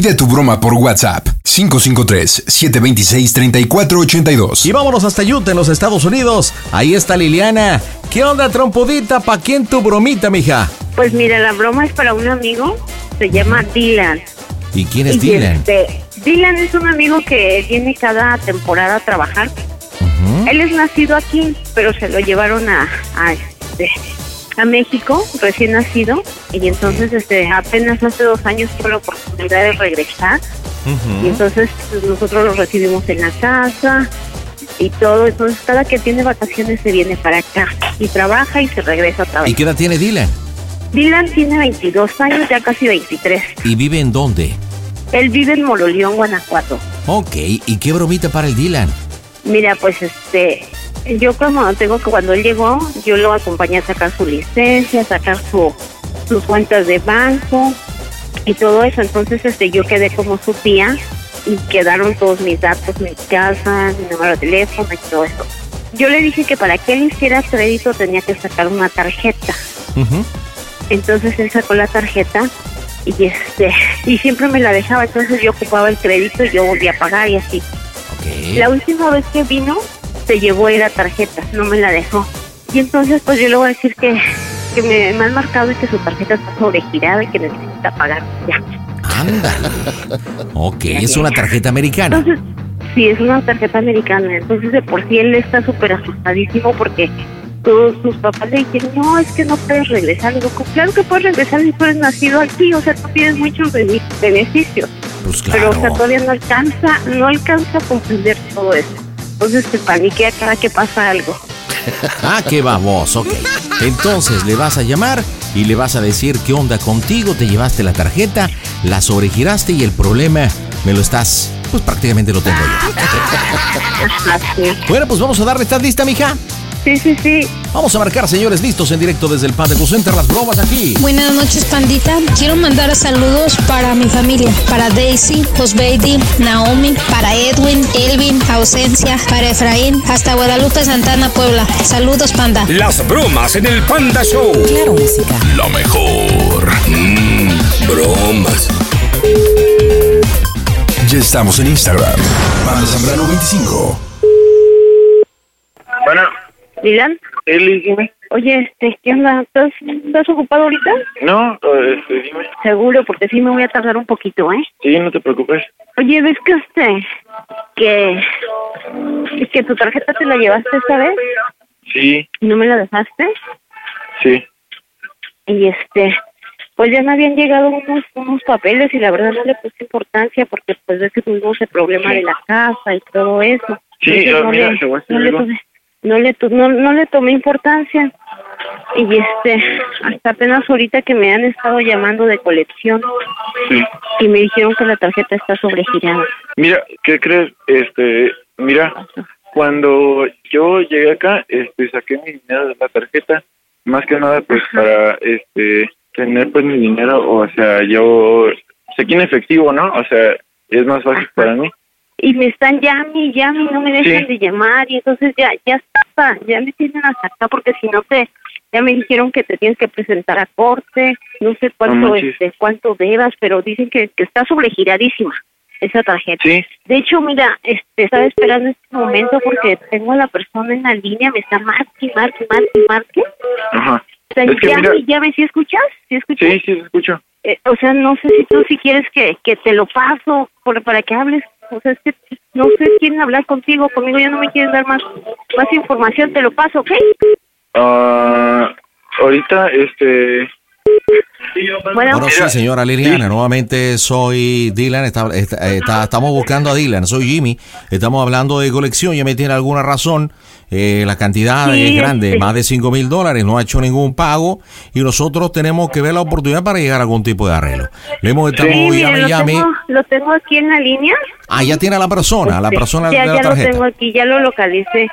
Pide tu broma por WhatsApp 553-726-3482. Y vámonos hasta Utah, en los Estados Unidos. Ahí está Liliana. ¿Qué onda, trompudita? ¿Pa' quién tu bromita, mija? Pues mira, la broma es para un amigo. Se llama Dylan. ¿Y quién es Dylan? Este, Dylan es un amigo que viene cada temporada a trabajar. Él es nacido aquí, pero se lo llevaron a, a, este, a México, recién nacido. Y entonces este, apenas hace dos años tuve la oportunidad de regresar. Y entonces pues, nosotros lo recibimos en la casa y todo. Entonces cada que tiene vacaciones se viene para acá y trabaja y se regresa otra vez. ¿Y qué edad tiene Dylan? Dylan tiene 22 años, ya casi 23. ¿Y vive en dónde? Él vive en Mololeón, Guanajuato. Ok, ¿y qué bromita para el Dylan? Mira, pues este, yo como tengo que cuando él llegó, yo lo acompañé a sacar su licencia, a sacar su, sus cuentas de banco y todo eso. Entonces, este, yo quedé como su tía y quedaron todos mis datos, mi casa, mi número de teléfono y todo eso. Yo le dije que para que él hiciera crédito tenía que sacar una tarjeta. Ujú. Entonces él sacó la tarjeta y este y siempre me la dejaba. Entonces yo ocupaba el crédito y yo volvía a pagar y así. Ok. La última vez que vino, se llevó ahí la tarjeta, no me la dejó. Y entonces, pues yo le voy a decir que, que me, me han marcado y que su tarjeta está sobregirada y que necesita pagar ya. Ándale. Ok, es una tarjeta americana. Entonces, sí, es una tarjeta americana. Entonces, de por sí él está súper asustadísimo porque todos sus papás le dijeron, no, es que no puedes regresar. Y digo, "Pues claro que puedes regresar si tú eres nacido aquí, o sea, tú tienes muchos bene- beneficios. Pues pero o sea, claro. todavía no alcanza, no alcanza a comprender todo eso. Entonces se paniquea cada que pasa algo. Ah, qué babos, ok. Entonces le vas a llamar y le vas a decir qué onda contigo, te llevaste la tarjeta, la sobregiraste y el problema me lo estás, pues prácticamente lo tengo yo. Así. Bueno, pues vamos a darle, ¿estás lista, mija? Sí, sí, sí. Vamos a marcar, señores, listos en directo desde el Panda Center, las bromas aquí. Buenas noches, pandita. Quiero mandar saludos para mi familia, para Daisy, Josbaity, Naomi, para Edwin, Elvin, Ausencia, para Efraín, hasta Guadalupe Santana, Puebla. Saludos, panda. Las bromas en el Panda Show. Claro, música. Lo mejor. Mm, bromas. Ya estamos en Instagram. Panda Zambrano 25. Bueno, Dylan, Eli, dime. oye, este, ¿qué onda? ¿Estás, estás ocupado ahorita? No, este, dime. Seguro, porque sí me voy a tardar un poquito, ¿eh? Sí, no te preocupes. Oye, ¿ves que usted, que, que tu tarjeta te la llevaste esta vez? Sí, ¿No me la dejaste? sí. Y este, pues ya me habían llegado unos, unos papeles y la verdad no le puse importancia porque pues ves que tuvimos el problema de la casa y todo eso. Sí, Entonces, ah, mira, le- te voy a decir no le algo. tomé- no le, to- no, no le tomé importancia. Y este, hasta apenas ahorita que me han estado llamando de colección Sí. y me dijeron que la tarjeta está sobregirada. Mira, ¿qué crees? Este, mira, cuando yo llegué acá, este, saqué mi dinero de la tarjeta, más que nada, pues, para, este, tener, pues, mi dinero, o sea, yo, aquí en efectivo, ¿no? O sea, es más fácil para mí. Y me están llame y llame y no me dejan de llamar y entonces ya, ya está, ya me tienen hasta acá porque si no te, ya me dijeron que te tienes que presentar a corte, no sé No cuánto, manches. este, cuánto debas, pero dicen que, que está sobregiradísima esa tarjeta. Sí, De hecho, mira, este, estaba esperando este momento porque tengo a la persona en la línea, me está marque, marque, marque, marque. ajá. O sea, Es que llame mira- y llame, ¿sí escuchas? ¿Sí escuchas? Sí, sí, te escucho. eh, o sea, no sé si tú si quieres que, que te lo paso por, para que hables. O sea, es que no sé, quieren hablar contigo, conmigo ya no me quieren dar más, más información, te lo paso, ¿ok? Ah, ahorita, este... Bueno, Bueno, sí, señora Liliana, nuevamente soy Dylan, está- está- está- estamos buscando a Dylan, soy Jimmy, estamos hablando de colección, ya me tiene alguna razón, eh, la cantidad Sí, es grande, este- más de 5 mil dólares, no ha hecho ningún pago y nosotros tenemos que ver la oportunidad para llegar a algún tipo de arreglo. Le hemos estado sí, mira, llame, lo, llame. tengo, lo tengo aquí en la línea. Ah, ya tiene a la persona, a la Este, persona ya, de la ya lo tarjeta. tengo aquí, ya lo localicé.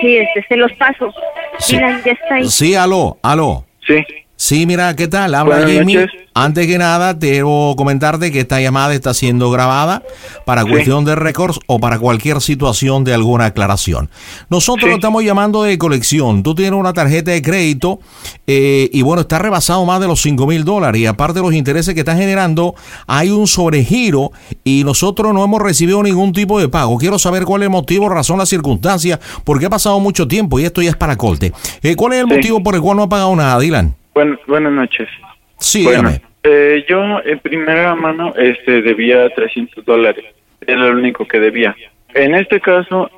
Sí, este, se los paso. Sí. Dylan, ya está ahí. Sí, aló, aló. Sí. Sí, mira, ¿qué tal? Habla Buenas Jimmy. noches. Antes que nada, te debo comentarte que esta llamada está siendo grabada para cuestión de récords o para cualquier situación de alguna aclaración. Nosotros Sí. lo estamos llamando de colección. Tú tienes una tarjeta de crédito eh, y bueno, está rebasado más de los 5 mil dólares y aparte de los intereses que está generando, hay un sobregiro y nosotros no hemos recibido ningún tipo de pago. Quiero saber cuál es el motivo, razón, la circunstancia, porque ha pasado mucho tiempo y esto ya es para corte. Eh, ¿Cuál es el Sí. motivo por el cual no ha pagado nada, Dylan? Buen- buenas noches. Sí, bueno, dígame. eh, yo en primera mano este, debía 300 dólares. Era lo único que debía. En este caso,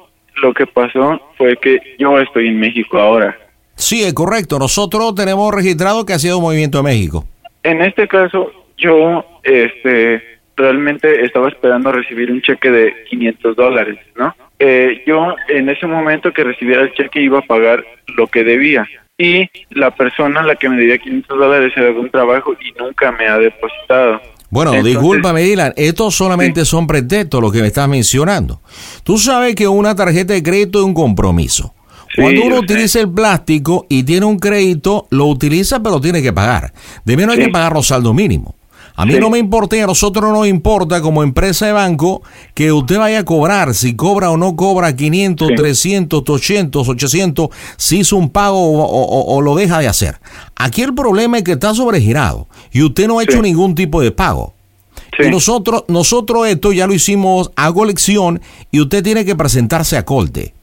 lo que pasó fue que yo estoy en México ahora. Sí, es correcto. Nosotros tenemos registrado que ha sido Movimiento de México. En este caso, yo este, realmente estaba esperando recibir un cheque de 500 dólares, ¿no? Eh, yo en ese momento que recibiera el cheque iba a pagar lo que debía. Y la persona a la que me debía 500 dólares era de un trabajo y nunca me ha depositado. Bueno, Entonces, discúlpame, Dylan, estos solamente son pretextos lo que me estás mencionando. Tú sabes que una tarjeta de crédito es un compromiso. Sí, Cuando uno yo sé. utiliza el plástico y tiene un crédito, lo utiliza pero tiene que pagar. De menos hay Sí. que pagar los saldos mínimos. A mí Sí. no me importa y a nosotros nos importa como empresa de banco que usted vaya a cobrar, si cobra o no cobra 500, Sí. 300, 800, 800, si hizo un pago o, o- o- o lo deja de hacer. Aquí el problema es que está sobregirado y usted no ha hecho Sí. ningún tipo de pago. Sí. Y nosotros, nosotros esto ya lo hicimos a colección y usted tiene que presentarse a corte.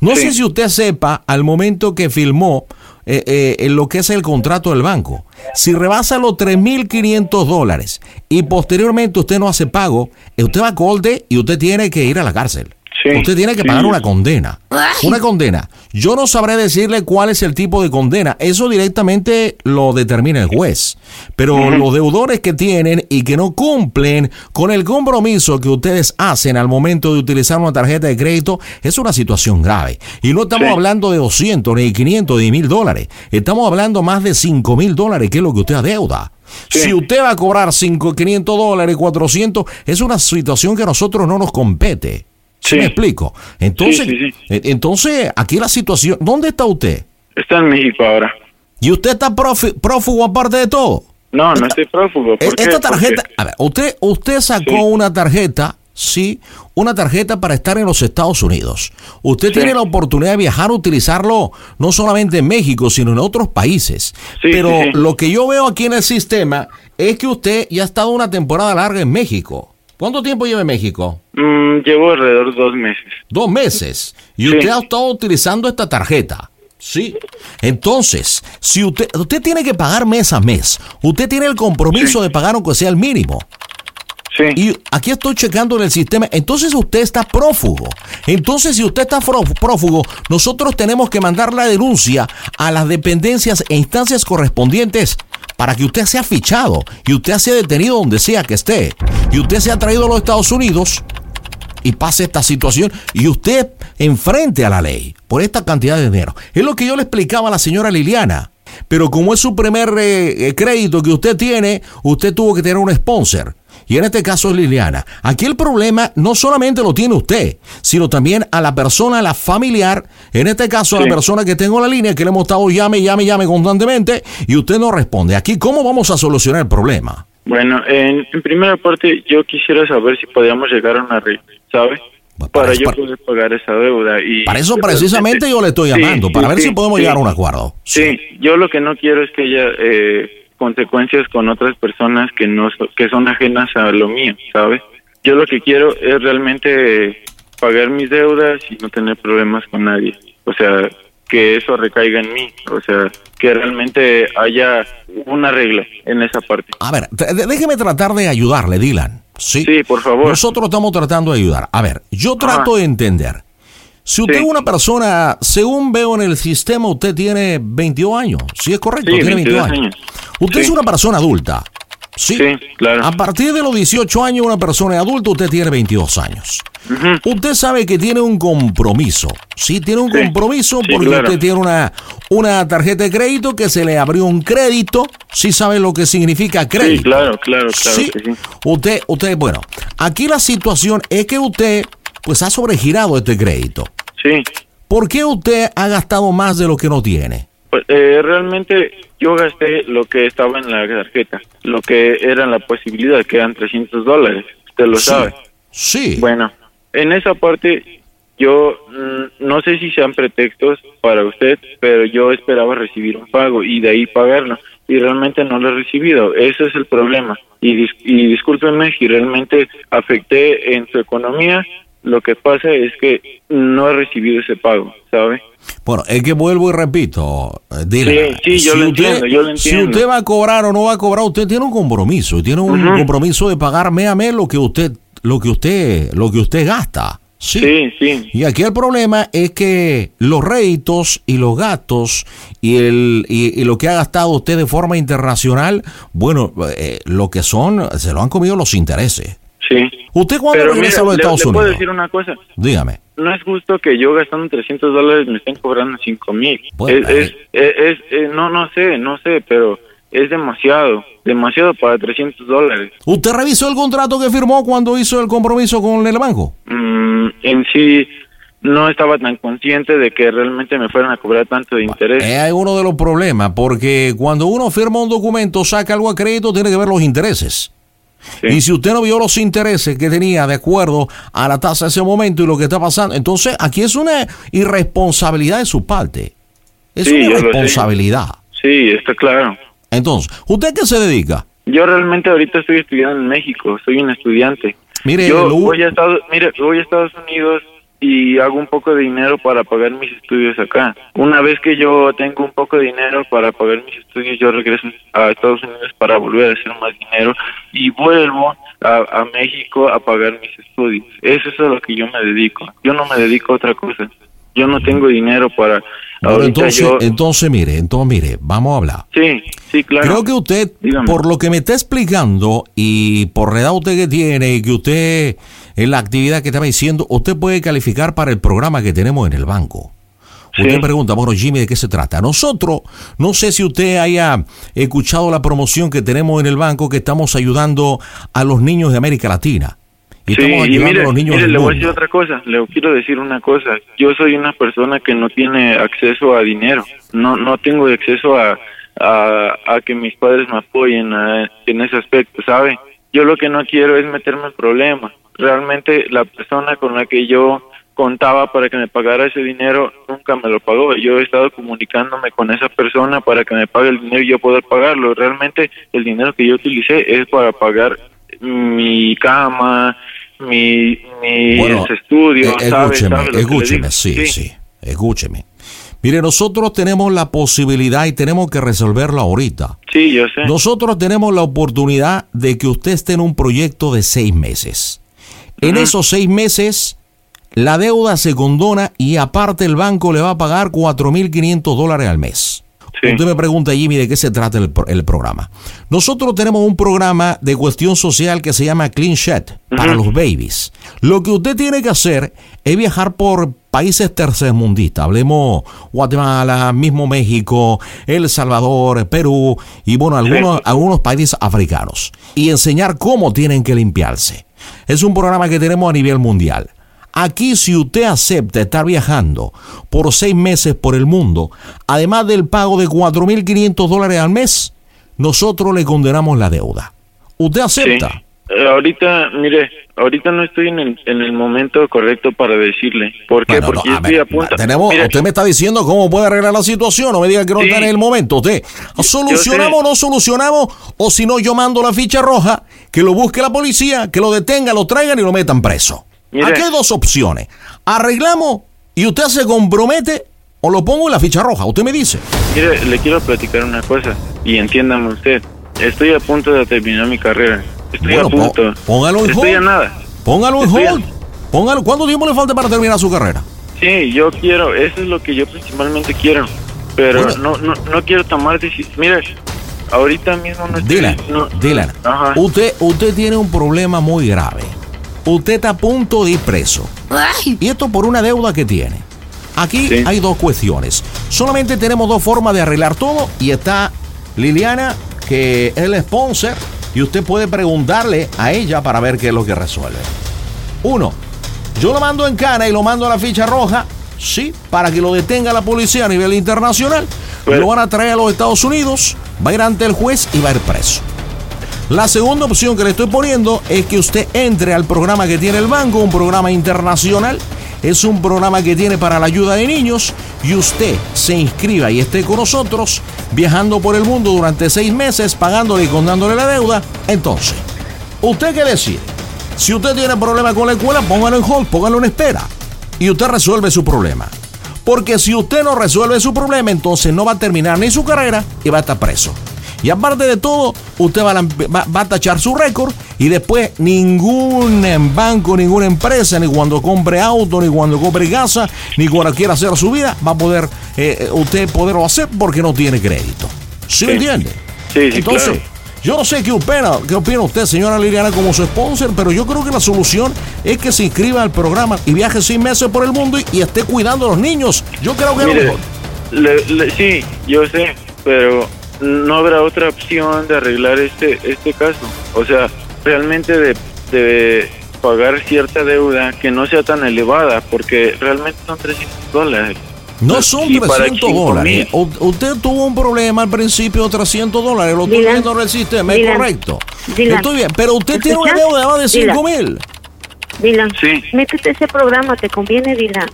No Sí. sé si usted sepa al momento que firmó eh, eh, en lo que es el contrato del banco. Si rebasa los 3.500 dólares y posteriormente usted no hace pago, eh, usted va a corte y usted tiene que ir a la cárcel. Sí, Usted tiene que sí. pagar una condena. Una condena. Yo no sabré decirle cuál es el tipo de condena. Eso directamente lo determina el juez. Pero los deudores que tienen y que no cumplen con el compromiso que ustedes hacen al momento de utilizar una tarjeta de crédito es una situación grave. Y no estamos Sí. hablando de 200, ni 500, ni 1000 dólares. Estamos hablando más de 5 mil dólares, que es lo que usted adeuda. Sí. Si usted va a cobrar 5, 500 dólares, 400, es una situación que a nosotros no nos compete. ¿Sí, Sí. me explico? Entonces, Sí, sí, sí. eh, entonces aquí la situación, ¿dónde está usted? Está en México ahora. Y usted está profi- prófugo aparte de todo. No, no estoy prófugo. ¿Por Eh, qué? Esta Porque- tarjeta, a ver, usted, usted sacó Sí. una tarjeta, sí, una tarjeta para estar en los Estados Unidos. Usted tiene la oportunidad de viajar, utilizarlo no solamente en México, sino en otros países. Sí, Pero sí, sí. lo que yo veo aquí en el sistema es que usted ya ha estado una temporada larga en México. ¿Cuánto tiempo lleva en México? Mm, llevo alrededor dos meses. dos meses y Sí. usted ha estado utilizando esta tarjeta. Sí. Entonces, si usted, usted tiene que pagar mes a mes, usted tiene el compromiso de pagar aunque sea el mínimo. Sí. Y aquí estoy checando en el sistema. Entonces usted está prófugo. Entonces si usted está fro- prófugo, nosotros tenemos que mandar la denuncia a las dependencias e instancias correspondientes para que usted sea fichado y usted sea detenido donde sea que esté. Y usted sea traído a los Estados Unidos y pase esta situación y usted enfrente a la ley por esta cantidad de dinero. Es lo que yo le explicaba a la señora Liliana. Pero como es su primer eh, eh, crédito que usted tiene, usted tuvo que tener un sponsor. Y en este caso es Liliana. Aquí el problema no solamente lo tiene usted, sino también a la persona, a la familiar, en este caso a la Sí. persona que tengo en la línea, que le hemos estado llame, llame, llame constantemente, y usted no responde. Aquí, ¿cómo vamos a solucionar el problema? Bueno, en, en primera parte yo quisiera saber si podíamos llegar a un arreglo, ¿sabe? Bueno, para Para eso- yo para- poder pagar esa deuda y Para eso precisamente yo le estoy Sí, llamando, sí, para ver sí, si podemos sí. llegar a un acuerdo. Sí, yo lo que no quiero es que haya eh, consecuencias con otras personas que no so- que son ajenas a lo mío, ¿sabes? Yo lo que quiero es realmente eh, pagar mis deudas y no tener problemas con nadie. O sea, que eso recaiga en mí, o sea, que realmente haya una regla en esa parte. A ver, t- de- déjeme tratar de ayudarle, Dylan. Sí, Sí, por favor. Nosotros estamos tratando de ayudar. A ver, yo trato de entender. Si usted Sí. es una persona, según veo en el sistema, usted tiene 22 años. Sí, es correcto, Sí, tiene 22 años. 22 años. Usted Sí. es una persona adulta. Sí. Sí, claro. A partir de los 18 años, una persona es adulta, usted tiene 22 años. Usted sabe que tiene un compromiso. Sí, tiene un Sí. compromiso Sí, porque claro. usted tiene una, una tarjeta de crédito que se le abrió un crédito. Sí, sabe lo que significa crédito. Sí, claro, claro, claro Sí. que sí. Usted, usted, bueno, aquí la situación es que usted, pues ha sobregirado este crédito. Sí, ¿Por qué usted ha gastado más de lo que no tiene? pues, eh, realmente yo gasté lo que estaba en la tarjeta, lo que era la posibilidad, que eran 300 dólares, usted lo Sí. sabe. Sí. Bueno, en esa parte yo mm, no sé si sean pretextos para usted, pero yo esperaba recibir un pago y de ahí pagarlo y realmente no lo he recibido. Ese es el problema. Y, dis- y discúlpenme si realmente afecté en su economía. Lo que pasa es que no he recibido ese pago, ¿sabe? Bueno, es que vuelvo y repito, eh, Dylan, Sí, sí, yo lo entiendo, yo lo si entiendo. usted va a cobrar o no va a cobrar, usted tiene un compromiso, y tiene un compromiso de pagar mes a mes lo que usted, lo que usted, lo que usted gasta. Sí. Sí, sí, Y aquí el problema es que los réditos y los gastos y, el, y, y lo que ha gastado usted de forma internacional, bueno, eh, lo que son, se lo han comido los intereses. sí. ¿Usted cuándo Pero regresa a los mira, le- Estados le puedo Unidos? decir una cosa. Dígame. no es justo que yo gastando 300 dólares me estén cobrando 5 mil. Bueno, es, es, es- es- eh, no, no sé, no sé, pero es demasiado, demasiado para 300 dólares. ¿Usted revisó el contrato que firmó cuando hizo el compromiso con el banco? Mm, en sí, no estaba tan consciente de que realmente me fueran a cobrar tanto de interés. Eh, hay uno de los problemas, porque cuando uno firma un documento, saca algo a crédito, tiene que ver los intereses. Sí. Y si usted no vio los intereses que tenía de acuerdo a la tasa de ese momento y lo que está pasando, entonces aquí es una irresponsabilidad de su parte. Es Sí, yo una lo sé. irresponsabilidad. Sí, está claro. Entonces, ¿usted a qué se dedica? Yo realmente ahorita estoy estudiando en México, soy un estudiante. Mire, yo lo u- voy a Estados, mire, voy a Estados Unidos y hago un poco de dinero para pagar mis estudios acá. Una vez que yo tengo un poco de dinero para pagar mis estudios, yo regreso a Estados Unidos para volver a hacer más dinero y vuelvo a, a México a pagar mis estudios. Eso es a lo que yo me dedico. Yo no me dedico a otra cosa. Yo no tengo dinero para... Bueno, ahorita entonces, eh, yo- entonces, mire, entonces, mire, vamos a hablar. sí, sí, claro. Creo que usted, Dígame. por lo que me está explicando y por la edad usted que tiene y que usted, en la actividad que estaba diciendo, usted puede calificar para el programa que tenemos en el banco. Sí. Usted pregunta, bueno, Jimmy, ¿de qué se trata? Nosotros, no sé si usted haya escuchado la promoción que tenemos en el banco que estamos ayudando a los niños de América Latina. Y Sí, estamos y ayudando mire, a los niños mire, del le voy a mundo. decir otra cosa, le quiero decir una cosa. Yo soy una persona que no tiene acceso a dinero, no no tengo acceso a, a, a que mis padres me apoyen a- en ese aspecto, ¿sabe? Yo lo que no quiero es meterme en problemas. Realmente la persona con la que yo contaba para que me pagara ese dinero nunca me lo pagó. Yo he estado comunicándome con esa persona para que me pague el dinero y yo poder pagarlo. Realmente el dinero que yo utilicé es para pagar mi cama, mi, mi Bueno, estudio, eh, ¿sabe? escúcheme, ¿Sabe lo que le escúcheme, digo? sí, sí, escúcheme. Mire, nosotros tenemos la posibilidad y tenemos que resolverla ahorita. Sí, yo sé. Nosotros tenemos la oportunidad de que usted esté en un proyecto de seis meses. En esos seis meses, la deuda se condona y aparte el banco le va a pagar 4.500 dólares al mes. Sí. Usted me pregunta, Jimmy, ¿de qué se trata el, pro- el programa? Nosotros tenemos un programa de cuestión social que se llama Clean Shed para los babies. Lo que usted tiene que hacer es viajar por países tercermundistas. Hablemos Guatemala, mismo México, El Salvador, Perú y bueno, algunos, algunos países africanos. Y enseñar cómo tienen que limpiarse. Es un programa que tenemos a nivel mundial. Aquí si usted acepta estar viajando por seis meses por el mundo, además del pago de 4.500 dólares al mes, nosotros le condenamos la deuda. ¿Usted Sí. acepta? Eh, ahorita, mire, ahorita no estoy en el, en el momento correcto para decirle. ¿Por qué? Bueno, no, Porque yo a estoy ver, a punto. Ah, tenemos- Mire, usted me está diciendo cómo puede arreglar la situación, no me diga que no Sí. está en el momento. Usted, ¿solucionamos o no solucionamos? O si no, yo mando la ficha roja, que lo busque la policía, que lo detenga, lo traigan y lo metan preso. Mire. Aquí hay dos opciones. Arreglamos y usted se compromete o lo pongo en la ficha roja. Usted me dice. Mire, le quiero platicar una cosa y entiéndame usted. Estoy a punto de terminar mi carrera. Estoy Bueno, a po- punto. póngalo en Estoy a hold. nada. Póngalo en Estoy a- hold. Póngalo. ¿Cuánto tiempo le falta para terminar su carrera? Sí, yo quiero, eso es lo que yo principalmente quiero. Pero Bueno. no, no, no quiero tomar decisiones. Mira, ahorita mismo no estoy. Dylan, no- Dylan, Ajá. usted, usted tiene un problema muy grave. Usted está a punto de ir preso. Y esto por una deuda que tiene. Aquí Sí. hay dos cuestiones. Solamente tenemos dos formas de arreglar todo y está Liliana, que es el sponsor, y usted puede preguntarle a ella para ver qué es lo que resuelve. Uno, yo lo mando en cana y lo mando a la ficha roja, sí, para que lo detenga la policía a nivel internacional. Bueno. Lo van a traer a los Estados Unidos, va a ir ante el juez y va a ir preso. La segunda opción que le estoy poniendo es que usted entre al programa que tiene el banco, un programa internacional. Es un programa que tiene para la ayuda de niños y usted se inscriba y esté con nosotros viajando por el mundo durante seis meses pagándole y contándole la deuda. Entonces, ¿usted qué decide? Si usted tiene problemas con la escuela, póngalo en hold, póngalo en espera y usted resuelve su problema. Porque si usted no resuelve su problema, entonces no va a terminar ni su carrera y va a estar preso. Y aparte de todo, usted va a, va- va a tachar su récord y después ningún banco, ninguna empresa, ni cuando compre auto, ni cuando compre casa, ni cuando quiera hacer su vida, va a poder eh, eh, usted poderlo hacer porque no tiene crédito. ¿Sí, me Sí. entiende? Sí, sí, Entonces, claro. yo no sé qué opina, qué opina usted, señora Liliana, como su sponsor, pero yo creo que la solución es que se inscriba al programa y viaje seis meses por el mundo y, y esté cuidando a los niños. Yo creo que es lo Mire, mejor. le- le- sí, yo sé, pero no habrá otra opción de arreglar este este caso. O sea, realmente de, de pagar cierta deuda que no sea tan elevada, porque realmente son 300 dólares. No son Y para 300 cinco dólares. mil. U- usted tuvo un problema al principio de 300 dólares. Lo estoy Dylan, viendo en el sistema, es Dylan, correcto. Dylan, Estoy bien, pero usted tiene una ¿escuchas? deuda de más de Dylan. 5 mil. Dylan, Sí. métete a ese programa, te conviene, Dylan.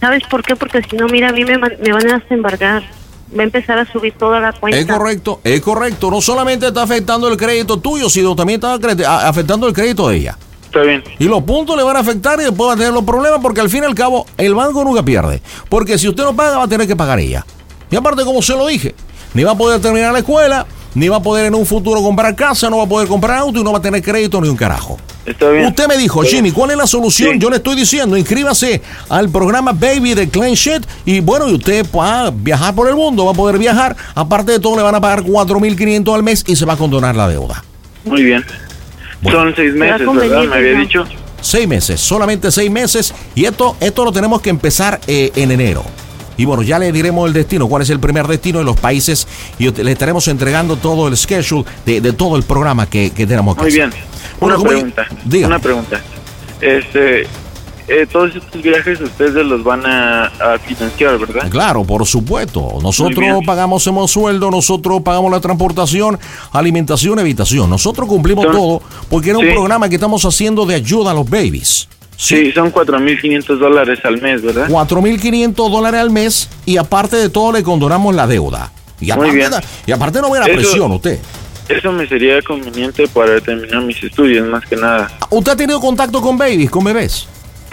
¿Sabes por qué? Porque si no, mira, a mí me, man- me van a desembargar. Va a empezar a subir toda la cuenta. Es correcto, es correcto. No solamente está afectando el crédito tuyo, sino también está acre- a- afectando el crédito de ella. Está bien. Y los puntos le van a afectar y después va a tener los problemas porque al fin y al cabo el banco nunca pierde. Porque si usted no paga va a tener que pagar ella. Y aparte, como se lo dije, ni va a poder terminar la escuela, ni va a poder en un futuro comprar casa, no va a poder comprar auto y no va a tener crédito ni un carajo. Está bien. Usted me dijo, Jimmy, ¿cuál es la solución? Sí. Yo le estoy diciendo, inscríbase al programa Baby de Clean Shit y bueno, y usted va a viajar por el mundo, va a poder viajar. Aparte de todo, le van a pagar 4.500 al mes y se va a condonar la deuda. Muy bien. Bueno. Son seis Será meses, ¿verdad? conveniente, Me había ¿no? dicho. Seis meses, solamente seis meses. Y esto, esto lo tenemos que empezar eh, en enero. Y bueno, ya le diremos el destino, cuál es el primer destino de los países. Y te- le estaremos entregando todo el schedule de, de todo el programa que, que tenemos que Muy hacer. bien. Bueno, Una ¿cómo- pregunta. dígame. Una pregunta. Este, eh, todos estos viajes ustedes los van a, a financiar, ¿verdad? Claro, por supuesto. Muy Nosotros bien. pagamos hemos sueldo, nosotros pagamos la transportación, alimentación, habitación. Nosotros cumplimos Entonces, todo porque era un sí. programa que estamos haciendo de ayuda a los babies. Sí, son 4.500 dólares al mes, ¿verdad? 4.500 dólares al mes y aparte de todo le condonamos la deuda. Y Muy aparte, bien. y aparte no ve la Eso- presión usted. Eso me sería conveniente para terminar mis estudios, más que nada. ¿Usted ha tenido contacto con babies, con bebés?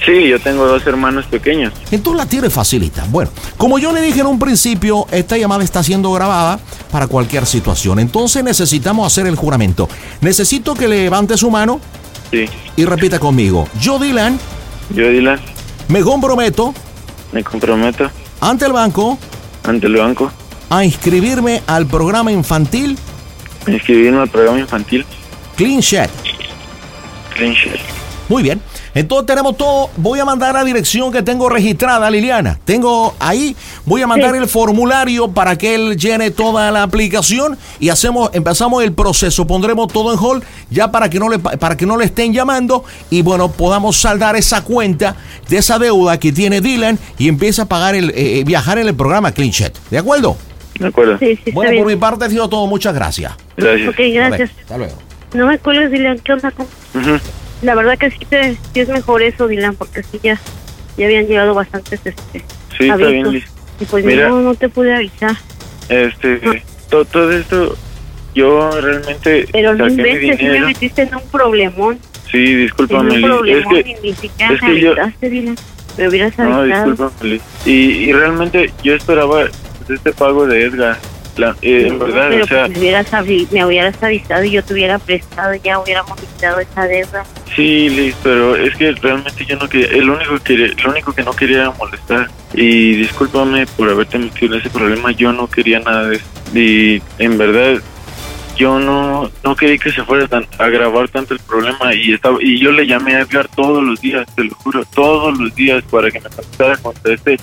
Sí, yo tengo dos hermanos pequeños. Entonces la tiene facilita. Bueno, como yo le dije en un principio, esta llamada está siendo grabada para cualquier situación. Entonces necesitamos hacer el juramento. Necesito que levante su mano Sí, y repita conmigo. Yo, Dylan, yo, Dylan, me comprometo me comprometo ante el banco ante el banco a inscribirme al programa infantil a inscribirme al programa infantil Clean Shed. Clean Shell. Muy bien. Entonces tenemos todo. Voy a mandar la dirección que tengo registrada, Liliana. Tengo ahí. Voy a mandar el formulario para que él llene toda la aplicación y hacemos, empezamos el proceso. Pondremos todo en hold ya para que no le pa- para que no le estén llamando y bueno podamos saldar esa cuenta de esa deuda que tiene Dylan y empieza a pagar el eh, eh, viajar en el programa Clinchet. ¿De acuerdo? ¿De acuerdo? Sí, sí, está Bueno, bien. por mi parte ha sido todo. Muchas gracias. Gracias. Ok, gracias. Vale, hasta luego. No me cuelgues, Dylan. ¿Qué onda con- Ujú. La verdad que sí, te, sí es mejor eso, Dylan, porque sí ya, ya habían llegado bastantes este, Sí, está bien, avisos. Liz. Y pues Mira. no, no te pude avisar. Este, to- todo esto, yo realmente Pero no saqué mi inventes, sí me dinero. metiste en un problemón. Sí, En discúlpame, un Liz. Es problemón y que, ni siquiera es me que yo- avisaste, Dylan. Me hubieras No, avisado. disculpa, Feliz. Y, y realmente yo esperaba pues, este pago de Edgar. La- eh, en No, verdad, pero o sea, pues me, hubieras avi- me hubieras avisado y yo te hubiera prestado, ya hubiéramos quitado esa deuda. sí, Liz, pero es que realmente yo no quería, el único que, lo único que no quería era molestar. Y discúlpame por haberte metido en ese problema, yo no quería nada de eso. Y en verdad, yo no, no quería que se fuera tan, a agravar tanto el problema y estaba y yo le llamé a Edgar todos los días, te lo juro, todos los días para que me contactara, contacté,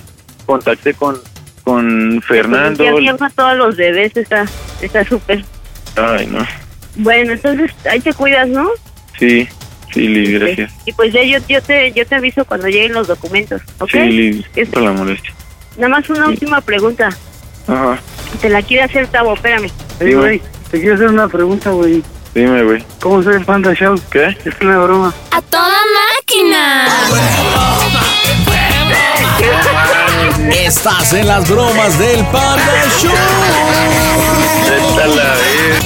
contacté con, con Fernando. Ya viejo a todos los bebés, está está súper. Ay, no. bueno, entonces ahí te cuidas, ¿no? Sí, sí, Liz, gracias. Y pues ya yo, yo, te, yo te aviso cuando lleguen los documentos, ¿ok? Sí, Liz, Es- por la molestia. Nada más una última pregunta. Ajá, Te la quiere hacer Tavo, espérame. Oye, güey, te quiero hacer una pregunta, güey. dime, güey. ¿Cómo soy el Panda Show? ¿Qué? Es una broma. ¡A toda máquina! Estás en las bromas del Panda Show. Esta la vez,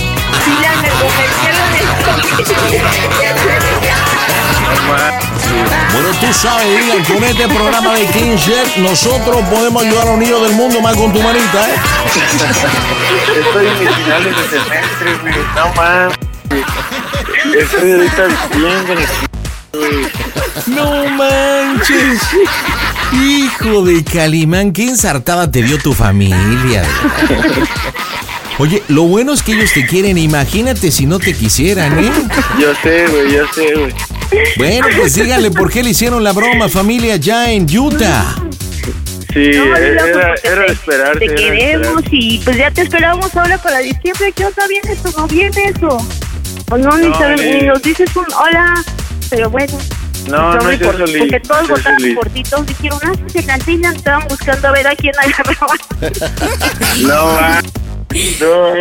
Bueno, tú sabes, Dylan, con este programa de King Chef, nosotros podemos ayudar a los niños del mundo más con tu manita, ¿eh? estoy en mis finales de semestre, güey. No mames. Estoy ahorita bien con el No manches. Hijo de Calimán, qué ensartada te vio tu familia. güey. Oye, lo bueno es que ellos te quieren, imagínate si no te quisieran, ¿eh? Yo sé, güey, yo sé, güey. Bueno, pues díganle por qué le hicieron la broma, familia, ya en Utah. Sí, No, mi loco, pues, era, porque era te- esperarte. Te era queremos esperarte. y pues ya te esperamos ahora para diciembre. ¿Qué onda? ¿Viene eso? ¿No viene eso? O no, ni, No, sabes, eh. ni nos dices un hola. Pero bueno, No, no sobre es por- eso, Liz. porque todos no es eso, votaron Liz. por ti, todos dijeron, ah, pues en la fila estaban buscando a ver a quién agarraba. No mames. No.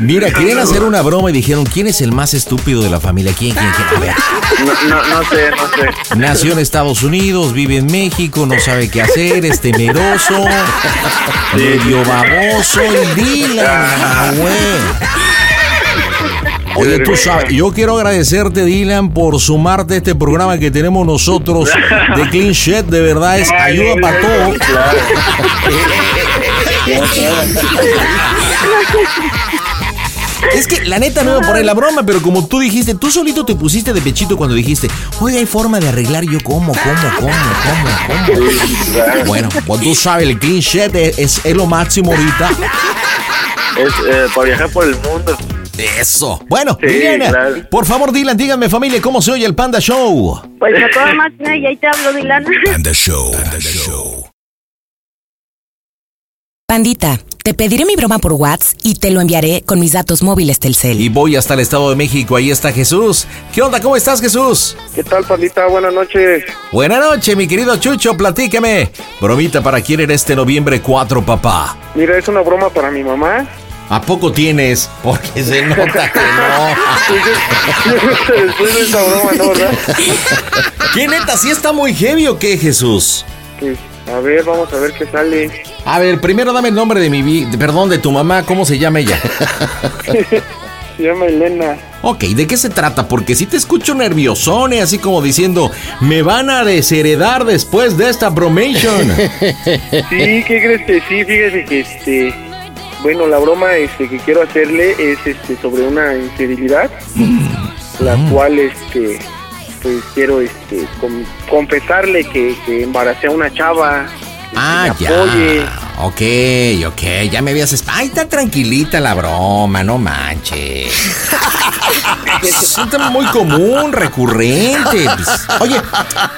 Mira, querían hacer una broma y dijeron, ¿quién es el más estúpido de la familia? ¿Quién, quién, quién? A ver. No, no, no sé, no sé. Nació en Estados Unidos, vive en México, no sabe qué hacer, es temeroso, medio baboso y Dylan, ah, güey. Oye, tú sabes, yo quiero agradecerte, Dylan, por sumarte a este programa que tenemos nosotros de Clean Shed. De verdad, es ayuda para todo. Es que la neta no iba por ahí la broma, pero como tú dijiste, tú solito te pusiste de pechito cuando dijiste, oye, hay forma de arreglar yo cómo, cómo, cómo, cómo, cómo. Bueno, pues tú sabes, el clean shed es, es- es lo máximo ahorita. Es eh, para viajar por el mundo. Eso. Bueno, Sí, Liliana, claro. por favor, Dylan, díganme, familia, ¿cómo se oye el Panda Show? Pues a toda máquina y ahí te hablo, Milana. Pandita, te pediré mi broma por WhatsApp y te lo enviaré con mis datos móviles Telcel. Y voy hasta el Estado de México, ahí está Jesús. ¿Qué onda? ¿Cómo estás, Jesús? ¿Qué tal, Pandita? Buenas noches. Buenas noches, mi querido Chucho, platícame. Bromita para quién era este noviembre 4, papá. Mira, es una broma para mi mamá. ¿A poco tienes? Porque se nota que no. Después de esta broma, ¿no, verdad? ¿Qué neta? ¿Sí está muy heavy o qué, Jesús? Pues, a ver, vamos a ver qué sale. A ver, primero dame el nombre de mi... vi- de- Perdón, de tu mamá, ¿cómo se llama ella? Se llama Elena. ok, ¿de qué se trata? Porque si te escucho nerviosone, así como diciendo, me van a desheredar después de esta bromation. Sí, ¿qué crees que sí? Fíjese que este. Bueno, la broma este, que quiero hacerle es este, sobre una infidelidad, la Mm. cual este, pues quiero este, con- confesarle que, que embaracé a una chava. que ah, me ya. apoye. Ok, ok, ya me habías... esp- Ay, está tranquilita la broma, no manches. es un tema muy común, recurrente. pues. Oye,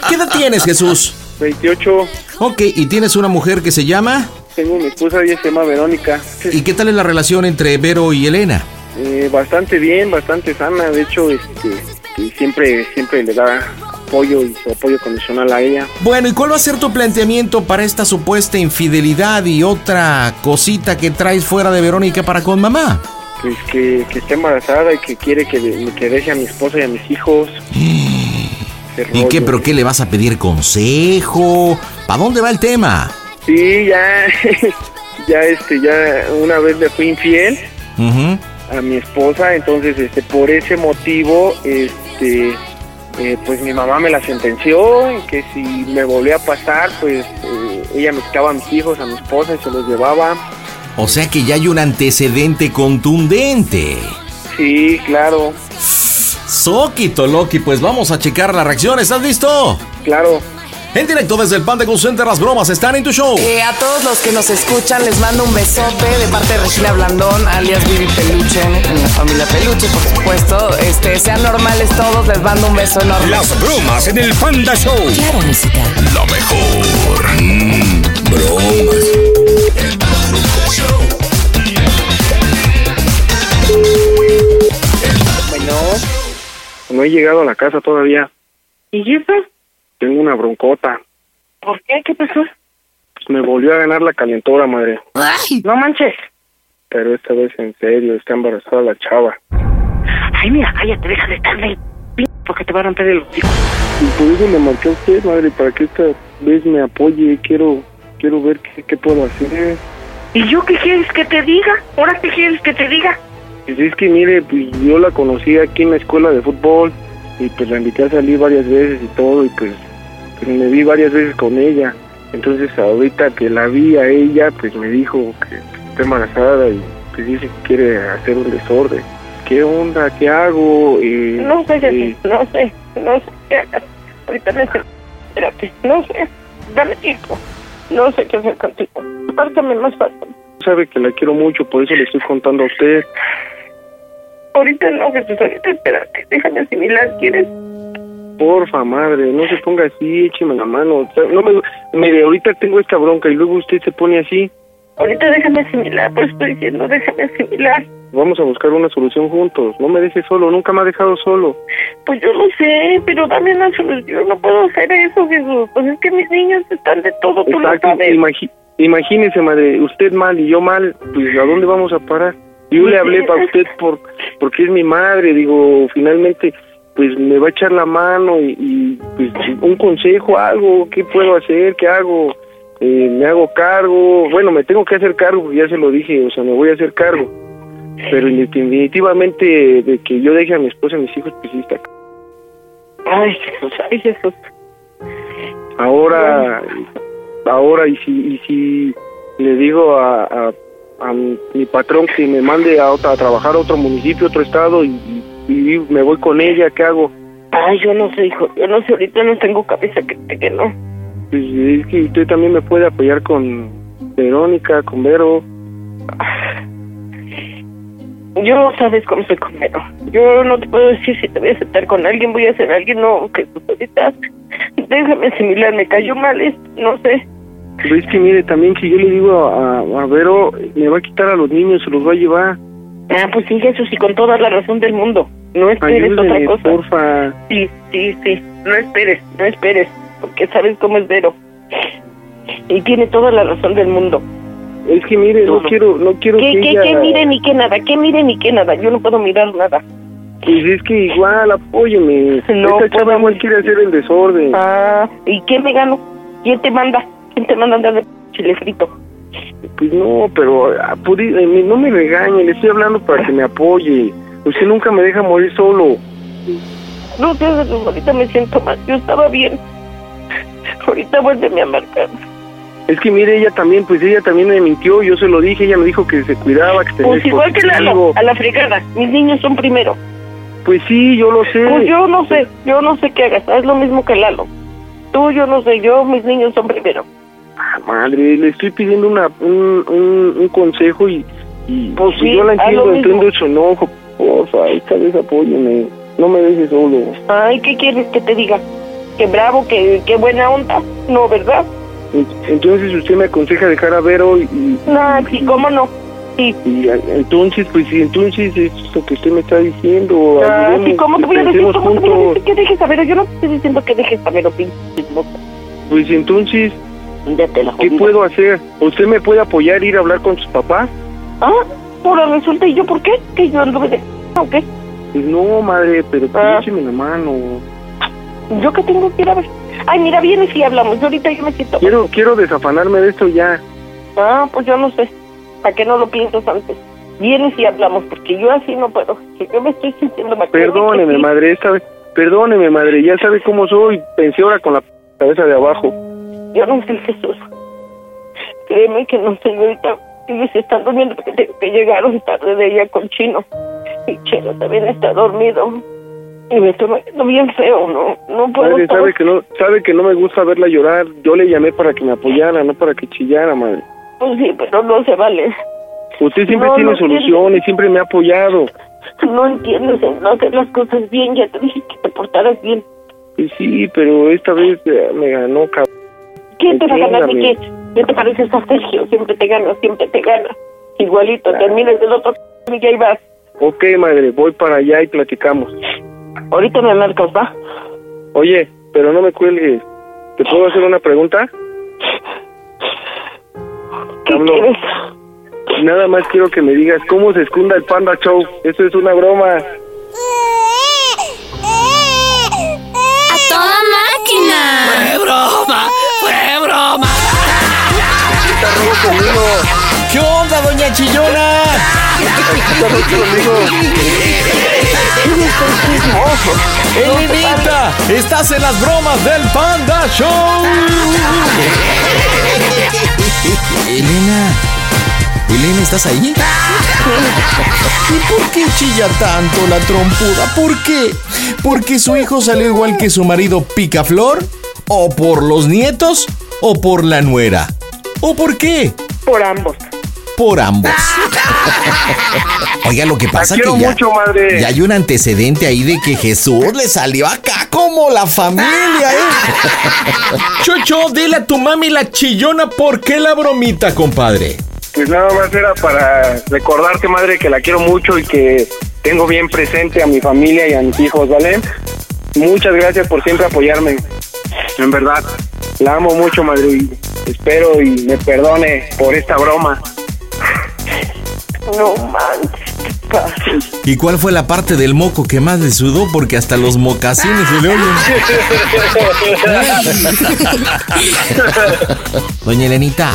¿qué edad tienes, Jesús? 28, Ok, y tienes una mujer que se llama. tengo mi esposa, ella se llama Verónica. ¿Y qué tal es la relación entre Vero y Elena? Eh, bastante bien, bastante sana, de hecho, este, y siempre, siempre le da apoyo y su apoyo condicional a ella. Bueno, ¿y cuál va a ser tu planteamiento para esta supuesta infidelidad y otra cosita que traes fuera de Verónica para con mamá? Pues que, que está embarazada y que quiere que, de- que deje a mi esposa y a mis hijos. Ese ¿Y qué, rollo. pero qué le vas a pedir consejo? ¿Para dónde va el tema? Sí, ya, ya este, ya una vez le fui infiel Ujú. a mi esposa, entonces este, por ese motivo, este, eh, pues mi mamá me la sentenció en que si me volvía a pasar, pues eh, ella me quitaba a mis hijos, a mi esposa y se los llevaba. O sea que ya hay un antecedente contundente. Sí, claro, Soquito Loki, pues vamos a checar la reacción. ¿Estás listo? claro. En directo desde el Panda Cool Center, las bromas están en tu Oh. show. Eh, a todos los que nos escuchan les mando un besote de parte de Regina Blandón, alias Vivi Peluche, en la familia Peluche, por supuesto. Este, sean normales todos, les mando un beso enorme. Las bromas en el Panda Show. Claro, música. Lo mejor. Mm, bromas. Bueno, no he llegado a la casa todavía. ¿Y eso? Tengo una broncota. ¿Por qué? ¿Qué pasó? Pues me volvió a ganar la calentura, madre. No manches. Pero esta vez en serio, está embarazada la chava. Ay, mira, cállate, deja de estar del p... porque te va a romper el hocico. Y por eso le marqué a usted, madre, para que esta vez me apoye. Quiero quiero ver qué, qué puedo hacer. ¿Y yo qué quieres que te diga? ¿Ahora qué quieres que te diga? Pues es que, mire, pues yo la conocí aquí en la escuela de fútbol y pues la invité a salir varias veces y todo y pues, pues me vi varias veces con ella. Entonces ahorita que la vi a ella, pues me dijo que está embarazada y pues dice que quiere hacer un desorden. ¿Qué onda? ¿Qué hago? Eh, No sé, eh, Jesús, no sé, no sé qué hagas. Ahorita me hace- espérate, no sé, dame tiempo. No sé qué hacer contigo. Pásame más fácil. sabe que la quiero mucho, por eso le estoy contando a usted. Ahorita no, Jesús, ahorita espérate, déjame asimilar, ¿quieres? Porfa, madre, no se ponga así, écheme la mano. O sea, no me, mire, ahorita tengo esta bronca y luego usted se pone así. Ahorita déjame asimilar, pues estoy diciendo, déjame asimilar. Vamos a buscar una solución juntos. No me deje solo, nunca me ha dejado solo. Pues yo lo sé, pero dame una solución, no puedo hacer eso, Jesús. Pues es que mis niños están de todo, tú lo Exacto, sabes. imagi- imagínese, madre, usted mal y yo mal, pues ¿a dónde vamos a parar? Yo le hablé para usted por porque es mi madre, digo, finalmente, pues me va a echar la mano y, y, pues un consejo, algo, ¿qué puedo hacer? ¿Qué hago? Eh, me hago cargo, bueno, me tengo que hacer cargo, porque ya se lo dije, o sea, me voy a hacer cargo. Pero definitivamente de que yo deje a mi esposa y a mis hijos, pues sí está Ay, Jesús, ay, Jesús. Ahora, ahora y si, y si le digo a, a- a mi mi patrón que me mande a, otra- a trabajar a otro municipio, otro estado y, y- y me voy con ella, ¿qué hago? Ay, yo no sé, hijo, yo no sé, ahorita no tengo cabeza que, que no. Pues es que usted también me puede apoyar con Verónica, con Vero. Yo no sabes cómo soy conmigo. Yo no te puedo decir si te voy a aceptar con alguien, voy a hacer alguien, no, que tú ahorita déjame asimilar, me cayó mal esto, no sé. Pero es que mire, también si yo le digo a, a Vero, me va a quitar a los niños, se los va a llevar. Ah, pues sí, Jesús, y con toda la razón del mundo. No esperes otra Ayúdeme, cosa. porfa. Sí, sí, sí. No esperes, no esperes, porque sabes cómo es Vero. Y tiene toda la razón del mundo. Es que mire, no, No, no. quiero, no quiero ¿Qué, que qué, ella... qué miren y qué nada? ¿Qué miren y qué nada? Yo no puedo mirar nada. Pues es que igual, apóyeme. No Esta chava puedo. igual quiere hacer el desorden. Ah, ¿y qué me gano? ¿Quién te manda? ¿Quién te manda a andar de chile frito? Pues no, pero ah, pudi- eh, me- no me regañe, le estoy hablando para que me apoye. Usted nunca me deja morir solo. No, yo ahorita me siento mal. Yo estaba bien. Ahorita vuelve a marcar. Es que mire, ella también, pues ella también me mintió, yo se lo dije, ella me dijo que se cuidaba, que tenía Pues igual que la, esposo. a la fregada. Mis niños son primero. Pues sí, yo lo sé. Pues yo no sé, yo no sé qué hagas, Ah, es lo mismo que Lalo. Tú, yo no sé, yo, mis niños son primero. Ah, madre, le estoy pidiendo una, un, un, un consejo y, y Pues y sí, yo la haz entiendo, lo mismo. entiendo su enojo. Porfa, esta vez apóyeme, no me dejes solo. Ay, ¿qué quieres que te diga? Que bravo, que, que buena onda. No, ¿verdad? En- Entonces usted me aconseja dejar a Vero y, No, sí, ¿cómo no? Sí. Y a- entonces, pues sí, entonces es lo que usted me está diciendo. Ah, ayudemos, sí, ¿cómo te voy a decir? pensemos ¿Cómo te voy a pues, juntos. decir que dejes a Vero? Yo no te estoy diciendo que dejes a Vero, pinche boca. Pues entonces, Ya te la ¿qué jodida. puedo hacer? ¿Usted me puede apoyar ir a hablar con sus papás? Ah, ahora resulta, ¿y yo por qué? Que yo ando de... ¿O qué? Pues no, madre, pero pues Ah. écheme la mano. ¿Yo qué tengo que ir a ver? Ay, mira, vienes y hablamos. Yo ahorita yo me siento... Quiero, quiero desafanarme de esto ya. Ah, pues yo no sé. ¿Para qué no lo piensas antes? Vienes y hablamos, porque yo así no puedo. que Yo me estoy sintiendo mal. Perdóneme, Créeme que sí. madre, esta vez, Perdóneme, madre, ya sabe cómo soy. Pensé ahora con la p- cabeza de abajo. Yo no soy Jesús. Créeme que no, señorita. Ellos están durmiendo porque tengo que llegaron tarde de ella con Chino. Y Chino también está dormido. Y me estoy muriendo bien feo, ¿no? No puedo Madre, estar- sabe que, no, sabe que no me gusta verla llorar. Yo le llamé para que me apoyara, no para que chillara, madre. Pues sí, pero no se vale. Usted siempre No, tiene no soluciones, siempre me ha apoyado. No entiendes, el no hacer las cosas bien. Ya te dije que te portaras bien. Y sí, pero esta vez eh, me ganó, cabrón. ¿Quién te va a ganar de qué? Entiéndame. ¿Qué te pareces a Sergio? Siempre te gana, siempre te gana. Igualito, terminas del otro y ahí vas. Ok, madre, voy para allá y platicamos. Ahorita me marcas, ¿va? Oye, pero no me cuelgues. ¿Te puedo hacer una pregunta? ¿Qué Nada más quiero que me digas cómo se esconda el Panda Show. Eso es una broma. ¡A toda máquina! ¡Fue broma! ¡Fue broma! ¿Qué onda, doña Chillona? Elenita, estás en las bromas del Panda Show. Elena, Elena, ¿estás ahí? ¿Y por qué chilla tanto la trompuda? ¿Por qué? ¿Porque su hijo salió igual que su marido Picaflor? ¿O por los nietos? ¿O por la nuera? ¿O por qué? Por ambos. Por ambos. Oiga, lo que pasa La es que quiero ya, mucho, madre. ya hay un antecedente ahí de que Jesús le salió acá como la familia, ¿eh? Chocho, dile a tu mami la chillona por qué la bromita, compadre. Pues nada más era para recordarte, madre, que la quiero mucho y que tengo bien presente a mi familia y a mis hijos, ¿vale? Muchas gracias por siempre apoyarme. En verdad, la amo mucho, madre, y espero y me perdone por esta broma. No manches. ¿Y cuál fue la parte del moco que más le sudó? Porque hasta los mocasines se le oyen. Doña Elenita,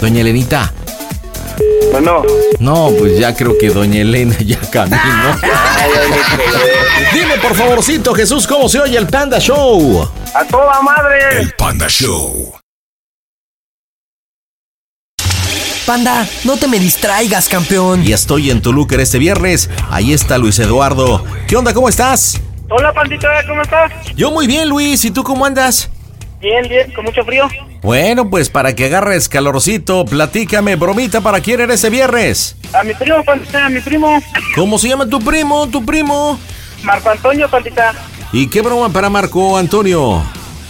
doña Elenita. Bueno. No, pues ya creo que doña Elena ya caminó. Dime por favorcito, Jesús, ¿cómo se oye el Panda Show? ¡A toda madre! El Panda Show. Panda, no te me distraigas, campeón. Y estoy en Toluca este viernes. Ahí está Luis Eduardo. ¿Qué onda? ¿Cómo estás? Hola, pandita, ¿cómo estás? Yo muy bien, Luis. ¿Y tú cómo andas? Bien, bien, con mucho frío. Bueno, pues para que agarres calorcito, platícame, bromita, ¿para quién eres ese viernes? A mi primo, pandita, a mi primo. ¿Cómo se llama tu primo, tu primo? Marco Antonio, pandita. ¿Y qué broma para Marco Antonio?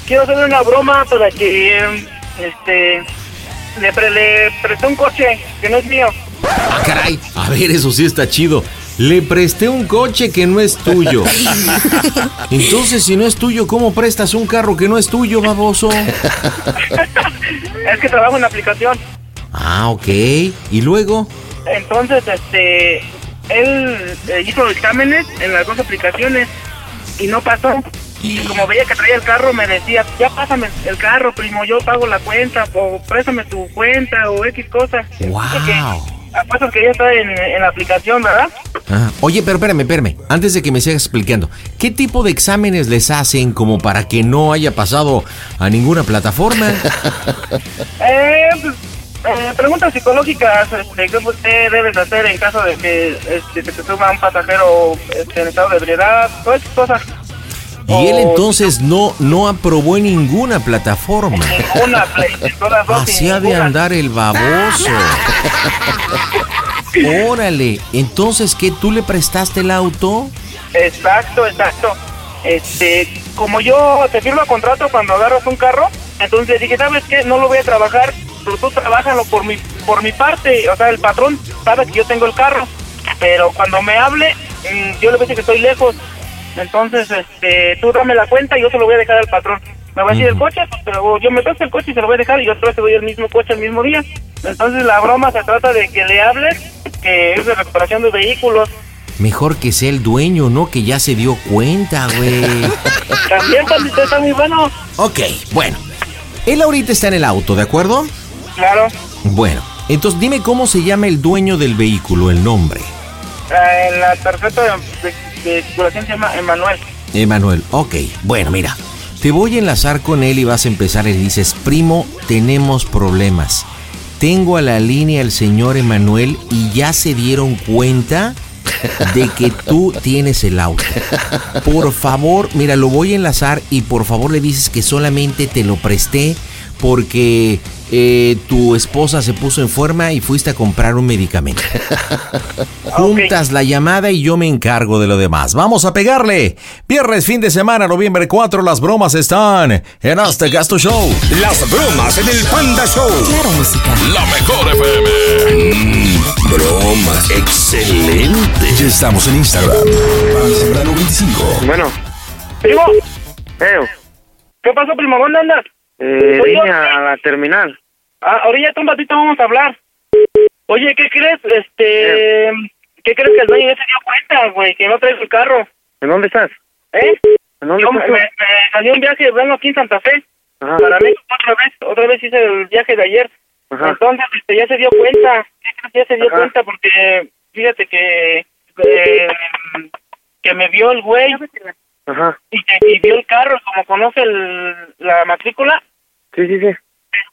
Quiero hacer una broma para que, eh, este, le, pre- le presté un coche que no es mío. Ah, caray. A ver, eso sí está chido. Le presté un coche que no es tuyo. Entonces, si no es tuyo, ¿cómo prestas un carro que no es tuyo, baboso? Es que trabajo en la aplicación. Ah, ok. ¿Y luego? Entonces, este, él eh, hizo exámenes en las dos aplicaciones y no pasó. Y como veía que traía el carro, me decía, ya pásame el carro, primo, yo pago la cuenta, o préstame tu cuenta, o X cosas. ¡Wow! Aparte que ya está en, en la aplicación, ¿verdad? Oye, pero espérame, espérame. Antes de que me sigas explicando, ¿qué tipo de exámenes les hacen como para que no haya pasado a ninguna plataforma? Eh, pues, eh, preguntas psicológicas, este, ¿qué usted debes hacer en caso de que este, se te suba un pasajero este, en estado de ebriedad? Todas esas cosas. Y Oh. él entonces no, no aprobó en ninguna plataforma. Una, play- todas dos. Así ha de andar el baboso. Órale, entonces que tú le prestaste el auto. Exacto, exacto. Este, como yo te firmo contrato cuando agarras un carro, entonces dije, ¿sabes qué? No lo voy a trabajar, pero tú trabájalo por mi, por mi parte. O sea, el patrón sabe que yo tengo el carro, pero cuando me hable, mm, yo le voy a decir que estoy lejos. Entonces, este, tú dame la cuenta y yo se lo voy a dejar al patrón. Me va a decir el coche, pues, pero yo me presto el coche y se lo voy a dejar y yo otra vez te doy el mismo coche el mismo día. Entonces la broma se trata de que le hables, que es de recuperación de vehículos, Mejor que sea el dueño, ¿no? Que ya se dio cuenta, güey. También, Pandita, está muy bueno. Ok, bueno. Él ahorita está en el auto, ¿de acuerdo? Claro. Bueno, entonces dime cómo se llama el dueño del vehículo, el nombre. Eh, En la tarjeta de, de, de circulación se llama Emanuel. Emanuel, ok. Bueno, mira, te voy a enlazar con él y vas a empezar y le dices, primo, tenemos problemas. Tengo a la línea al señor Emanuel y ya se dieron cuenta de que tú tienes el auto. Por favor, mira, lo voy a enlazar y por favor le dices que solamente te lo presté porque eh, tu esposa se puso en forma y fuiste a comprar un medicamento. Juntas la llamada y yo me encargo de lo demás. Vamos a pegarle. Viernes, fin de semana, noviembre 4, las bromas están en Hasta Gasto Show. Las bromas en el Panda Show. Claro, música. La mejor FM. Mm, bromas. Excelente. Ya estamos en Instagram. Pam Zambrano 25. Bueno. Primo. ¿Qué pasó, primo? ¿Dónde andas? Eh, Oye, línea a la terminal. Ah, ahorita un ratito vamos a hablar. Oye, ¿qué crees? Este... ¿Qué crees que el dueño ya se dio cuenta, güey? Que no traes el carro. ¿En dónde estás? ¿Eh? ¿En dónde Yo me, estás? me salí un viaje, vengo aquí en Santa Fe. Ajá. Para México otra vez. Otra vez hice el viaje de ayer. Ajá. Entonces, este, ya se dio cuenta. ¿Qué crees? Ya se dio Ajá. cuenta porque... Fíjate que... eh, que me vio el güey Ajá. y, que- y vio el carro. Como conoce el- la matrícula, Sí, sí, sí.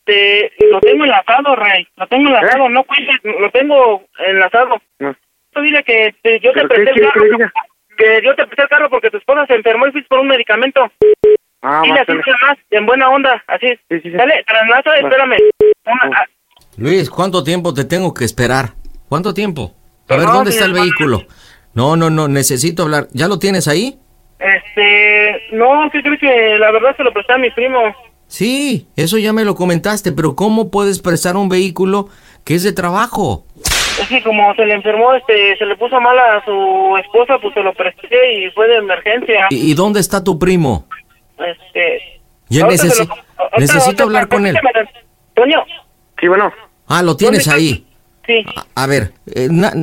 Este, lo tengo enlazado, Rey. Lo tengo ¿Eh? enlazado, no cuentes, lo tengo enlazado. No. Tú dile que te- yo te ¿Pero qué presté el quieres que carro. le diga? Que yo te presté el carro porque tu esposa se enfermó y fuiste por un medicamento. Ah, dile va, así sale. nada más, en buena onda, así. sí. Dale, traslaza, Va. espérame. Una, ah, Luis, ¿cuánto tiempo te tengo que esperar? ¿Cuánto tiempo? A ver, Perdón, ¿dónde está el señor. vehículo? No, no, no, necesito hablar. ¿Ya lo tienes ahí? este, no, sí creo que la verdad se lo presté a mi primo. Sí, eso ya me lo comentaste, pero ¿cómo puedes prestar un vehículo que es de trabajo? Es que como se le enfermó, este, se le puso mal a su esposa, pues se lo presté y fue de emergencia. ¿Y, y dónde está tu primo? Este, Ya ahorita necesi- se lo- ahorita- necesito ahorita- hablar con él. permíteme, Toño, Sí, bueno. Ah, lo tienes ahí. sí. A ver, eh, na-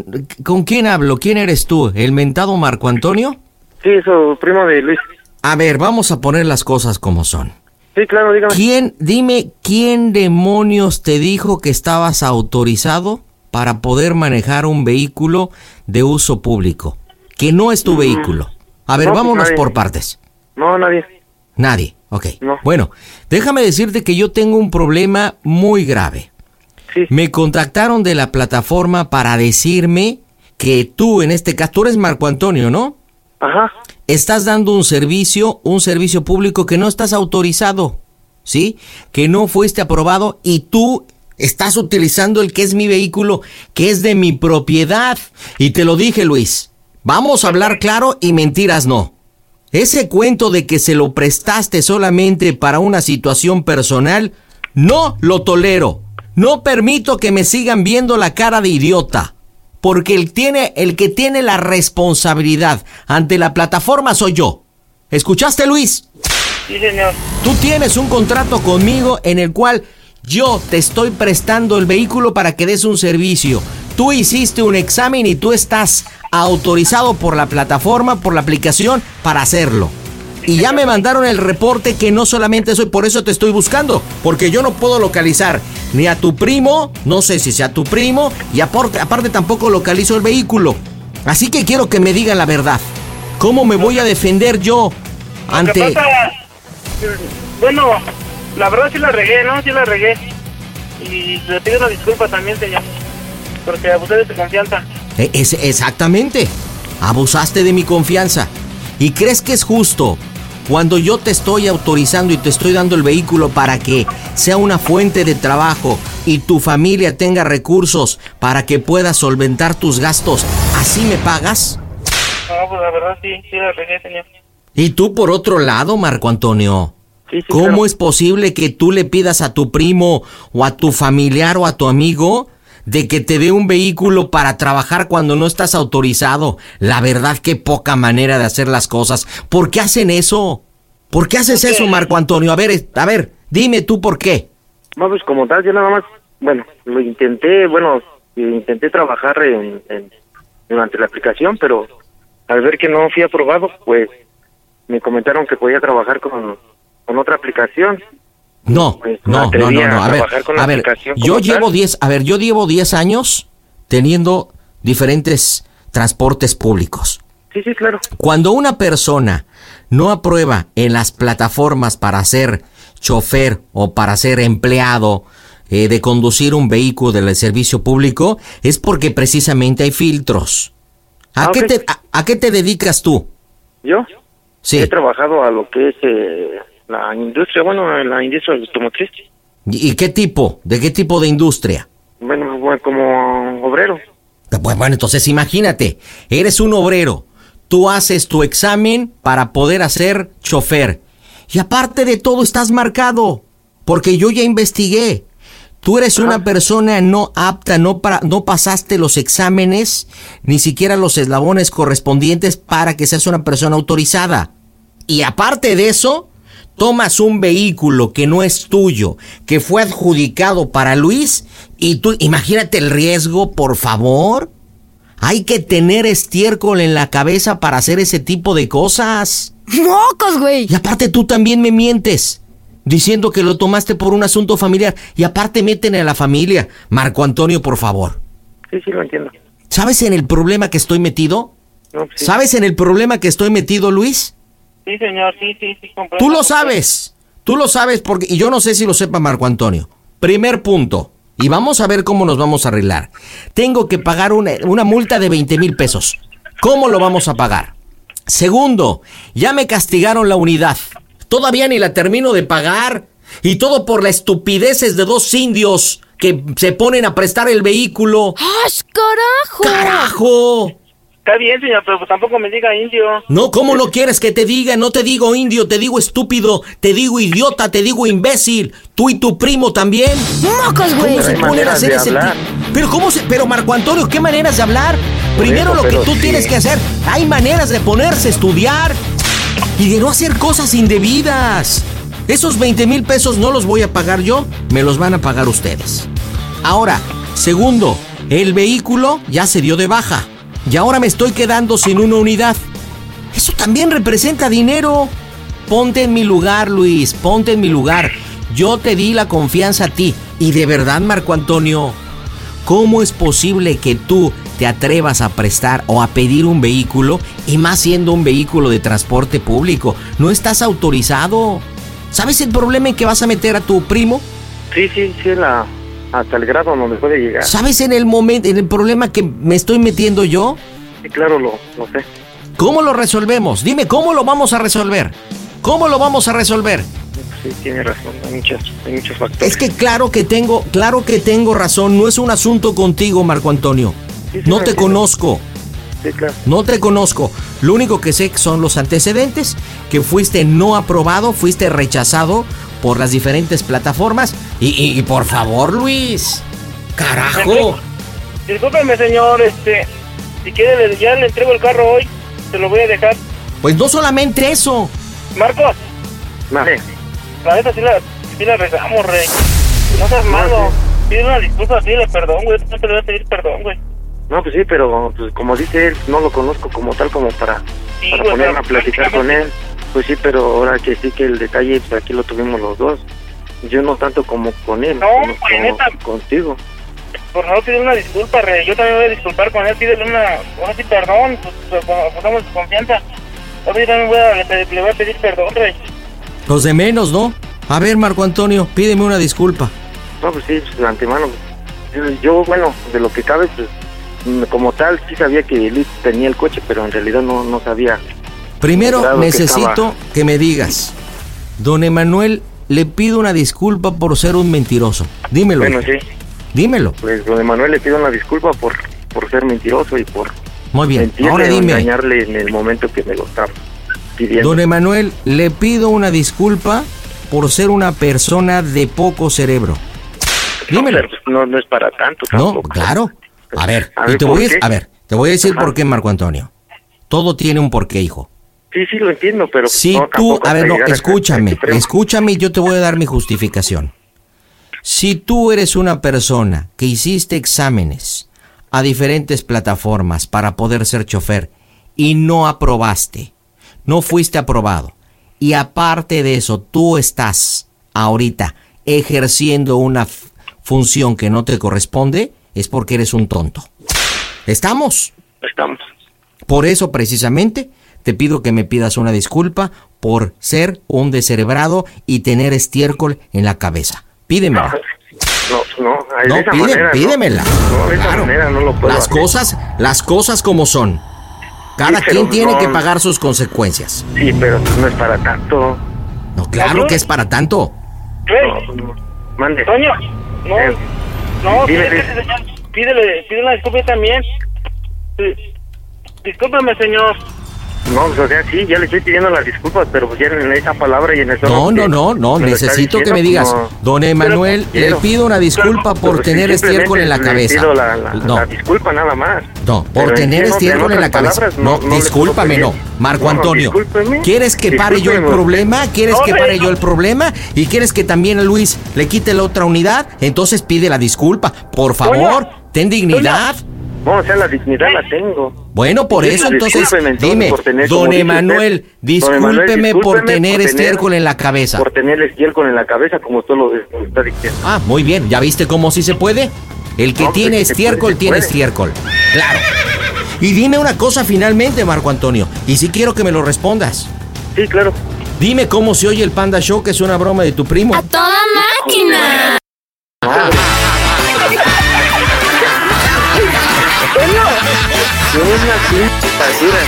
¿con quién hablo? ¿Quién eres tú? ¿El mentado Marco Antonio? Sí, su primo de Luis. A ver, vamos a poner las cosas como son. Sí, claro, dígame. ¿Quién, dime, quién demonios te dijo que estabas autorizado para poder manejar un vehículo de uso público? Que no es tu vehículo. A ver, Mm. No, pues, vámonos nadie. por partes. No, nadie. Nadie, ok. Bueno, déjame decirte que yo tengo un problema muy grave. Me contactaron de la plataforma para decirme que tú, en este caso, tú eres Marco Antonio, ¿no? Ajá. Estás dando un servicio, un servicio público que no estás autorizado, ¿sí? Que no fuiste aprobado y tú estás utilizando el que es mi vehículo, que es de mi propiedad. Y te lo dije, Luis, vamos a hablar claro y mentiras no. Ese cuento de que se lo prestaste solamente para una situación personal, no lo tolero. No permito que me sigan viendo la cara de idiota. Porque el, tiene, el que tiene la responsabilidad ante la plataforma soy yo. ¿Escuchaste, Luis? Sí, señor. Tú tienes un contrato conmigo en el cual yo te estoy prestando el vehículo para que des un servicio. Tú hiciste un examen y tú estás autorizado por la plataforma, por la aplicación, para hacerlo. Y ya me mandaron el reporte que no solamente soy, por eso te estoy buscando, porque yo no puedo localizar ni a tu primo, no sé si sea tu primo, y aparte, aparte tampoco localizo el vehículo. Así que quiero que me digan la verdad. ¿Cómo me voy a defender yo Lo que ante... pasa, bueno, la verdad sí la regué, ¿no? Sí la regué. Y le pido una disculpa también, señor. Porque abusé de su confianza. E- es- exactamente. Abusaste de mi confianza. ¿Y crees que es justo cuando yo te estoy autorizando y te estoy dando el vehículo para que sea una fuente de trabajo y tu familia tenga recursos para que puedas solventar tus gastos? ¿Así me pagas? No, pues la verdad sí, sí la regué, señor. Y tú por otro lado, Marco Antonio. ¿Cómo es posible que tú le pidas a tu primo o a tu familiar o a tu amigo de que te dé un vehículo para trabajar cuando no estás autorizado? La verdad que poca manera de hacer las cosas. ¿Por qué hacen eso? ¿Por qué haces eso, Marco Antonio? A ver, eh, a ver, dime tú por qué. No, pues como tal, yo nada más, bueno, lo intenté, bueno, intenté trabajar en, en- durante la aplicación, pero al ver que no fui aprobado, pues me comentaron que podía trabajar con, con otra aplicación. No, Pues, me no, no, atreví no, no, a A ver, trabajar con la a ver aplicación yo como tal. llevo 10, a ver, yo llevo 10 años teniendo diferentes transportes públicos. Sí, sí, claro. Cuando una persona no aprueba en las plataformas para ser chofer o para ser empleado eh, de conducir un vehículo del servicio público, es porque precisamente hay filtros. ¿A, Ah, qué, ok. te, a, a qué te dedicas tú? Yo Sí. he trabajado a lo que es eh, la industria, bueno, en la industria automotriz. ¿Y y qué tipo? ¿De qué tipo de industria? Bueno, bueno, como obrero. Pues bueno, entonces imagínate, eres un obrero, tú haces tu examen para poder hacer chofer. Y aparte de todo estás marcado, porque yo ya investigué. Tú eres una persona no apta, no, para, no pasaste los exámenes, ni siquiera los eslabones correspondientes para que seas una persona autorizada. Y aparte de eso, tomas un vehículo que no es tuyo, que fue adjudicado para Luis, y tú, imagínate el riesgo, por favor. Hay que tener estiércol en la cabeza para hacer ese tipo de cosas. ¡Mocos, güey! Y aparte tú también me mientes. Diciendo que lo tomaste por un asunto familiar. Y aparte meten a la familia. Marco Antonio, por favor. Sí, sí, lo entiendo. ¿Sabes en el problema que estoy metido? No, sí. ¿Sabes en el problema que estoy metido, Luis? Sí, señor, sí, sí, sí. comprendo. Tú lo sabes. Tú lo sabes porque y yo no sé si lo sepa Marco Antonio. Primer punto. Y vamos a ver cómo nos vamos a arreglar. Tengo que pagar una, una multa de 20 mil pesos. ¿Cómo lo vamos a pagar? Segundo, ya me castigaron la unidad. Todavía ni la termino de pagar. Y todo por las estupideces de dos indios que se ponen a prestar el vehículo. carajo! ¡Carajo! Está bien, señor, pero pues, tampoco me diga indio. No, ¿cómo lo quieres que te diga? No te digo indio, te digo estúpido, te digo idiota, te digo imbécil. Tú y tu primo también. ¡Mocos, güey! ¿Cómo se Hay ponen a maneras hacer de ese hablar. ti- Pero cómo se... Pero Marco Antonio, ¿qué maneras de hablar? Primero eso, lo que pero tú sí. tienes que hacer, hay maneras de ponerse a estudiar y de no hacer cosas indebidas. Esos 20 mil pesos no los voy a pagar yo, me los van a pagar ustedes. Ahora, segundo, el vehículo ya se dio de baja y ahora me estoy quedando sin una unidad. Eso también representa dinero. Ponte en mi lugar, Luis, ponte en mi lugar. Yo te di la confianza a ti. Y de verdad, Marco Antonio, ¿cómo es posible que tú te atrevas a prestar o a pedir un vehículo y más siendo un vehículo de transporte público? No estás autorizado. ¿Sabes el problema en que vas a meter a tu primo? Sí, sí, sí, la, hasta el grado donde puede llegar. ¿Sabes en el momento, en el problema que me estoy metiendo yo? Sí, claro, lo, lo sé. ¿Cómo lo resolvemos? Dime, ¿cómo lo vamos a resolver? ¿Cómo lo vamos a resolver? Sí, tiene razón. Hay muchos, hay muchos factores. Es que claro que tengo, claro que tengo razón, no es un asunto contigo, Marco Antonio. Sí, sí, No lo te entiendo. conozco, Sí, claro. no te conozco. Lo único que sé son los antecedentes, que fuiste no aprobado, fuiste rechazado por las diferentes plataformas. Y, y- y por favor, Luis, carajo. Discúlpeme, señor, este, si quiere, le- ya le entrego el carro hoy, se lo voy a dejar. Pues no solamente eso. Marcos, Vale. la neta sí la, sí la regamos, rey. No seas Ah, malo. Pide una disculpa, pídele perdón, güey. Yo también te voy a pedir perdón, güey. No, pues sí, pero pues, como dice él, no lo conozco como tal como para, Sí, para güey, ponerme a pero platicar con él. Pues sí, pero ahora que sí que el detalle, pues aquí lo tuvimos los dos. Yo no tanto como con él, No, sino güey, como neta. contigo. Por favor, pide pues, una disculpa, rey. Yo también voy a disculpar con él. Pídele una, una sí, perdón. Pues, pues, pues, abusamos de su confianza. Yo también voy a, le, le voy a pedir perdón, rey. Los de menos, ¿no? A ver, Marco Antonio, pídeme una disculpa. No, pues sí, pues, de antemano. Yo, yo, bueno, de lo que cabe, pues mm, como tal, sí sabía que Luis tenía el coche, pero en realidad no, no sabía. Primero Claro que necesito estaba. que, me digas, don Emanuel, le pido una disculpa por ser un mentiroso. Dímelo. Bueno, sí, Dímelo. pues lo de Manuel le pido una disculpa por, por ser mentiroso y por Muy bien. mentirle Ahora o dime, engañarle en el momento que me lo estaba pidiendo. don Emanuel, le pido una disculpa por ser una persona de poco cerebro. Dímelo. Pero, pues, no, no es para tanto No, tampoco. claro. A ver, Ah, A y ver, te voy ¿por qué? a, a ver, te voy a decir Ajá. por qué, Marco Antonio. Todo tiene un porqué, hijo. Sí, sí, lo entiendo, pero Si no, tú, tampoco a ver, hasta no, llegar a- escúchame, extremo. escúchame y yo te voy a dar mi justificación. Si tú eres una persona que hiciste exámenes a diferentes plataformas para poder ser chofer y no aprobaste, no fuiste aprobado, y aparte de eso, tú estás ahorita ejerciendo una f- función que no te corresponde, es porque eres un tonto. ¿Estamos? Estamos. Por eso precisamente te pido que me pidas una disculpa por ser un descerebrado y tener estiércol en la cabeza. Pídemela. No, no, ay, No, Ah, de esa pide- manera. no. pídemela. No, de esa manera no lo puedo Las hacer. cosas, las cosas como son. Cada Sí, pero quien tiene no- que pagar sus consecuencias. Sí, pero no es para tanto. No, claro que es para tanto. No, mande. Toño, no, Eh, no, dime, pídele, dime. señor, pídele, pídele Este, una disculpa también. Sí. Discúlpeme, señor. No, pues, o sea, sí, ya le estoy pidiendo las disculpas, pero pues ya en esa palabra y en eso. No, no, no, no, necesito que me digas, pues, don Emanuel, le pido una disculpa por tener estiércol en la cabeza. Le pido la, la- No. la disculpa nada más. No, Pero por en tener sí, no, estiércol en la otras cabeza. palabras, No, no- no les discúlpame, no. puedo pedir. Marco No, Antonio, discúlpeme. ¿quieres que pare yo el Discúlpeme. problema? ¿Quieres No, que de- pare yo el problema? ¿Y quieres que también a Luis le quite la otra unidad? Entonces pide la disculpa. Por favor, ten dignidad. No, o sea, la dignidad la tengo. Bueno, por Sí, eso sí, entonces, discúlpeme, entonces, dime, por tener, como don dice Emanuel, usted, don Emanuel, discúlpeme por tener por estiércol en la cabeza. Por tener estiércol en la cabeza, como usted lo lo está diciendo. Ah, muy bien, ¿ya viste cómo sí se puede? El que No, pues, tiene sí se puede, estiércol se tiene puede. estiércol. Claro. Y dime una cosa finalmente, Marco Antonio, y si quiero que me lo respondas. Sí, claro. Dime cómo se oye el Panda Show, que es una broma de tu primo. ¡Toda máquina! ah, Yo una pinche basura.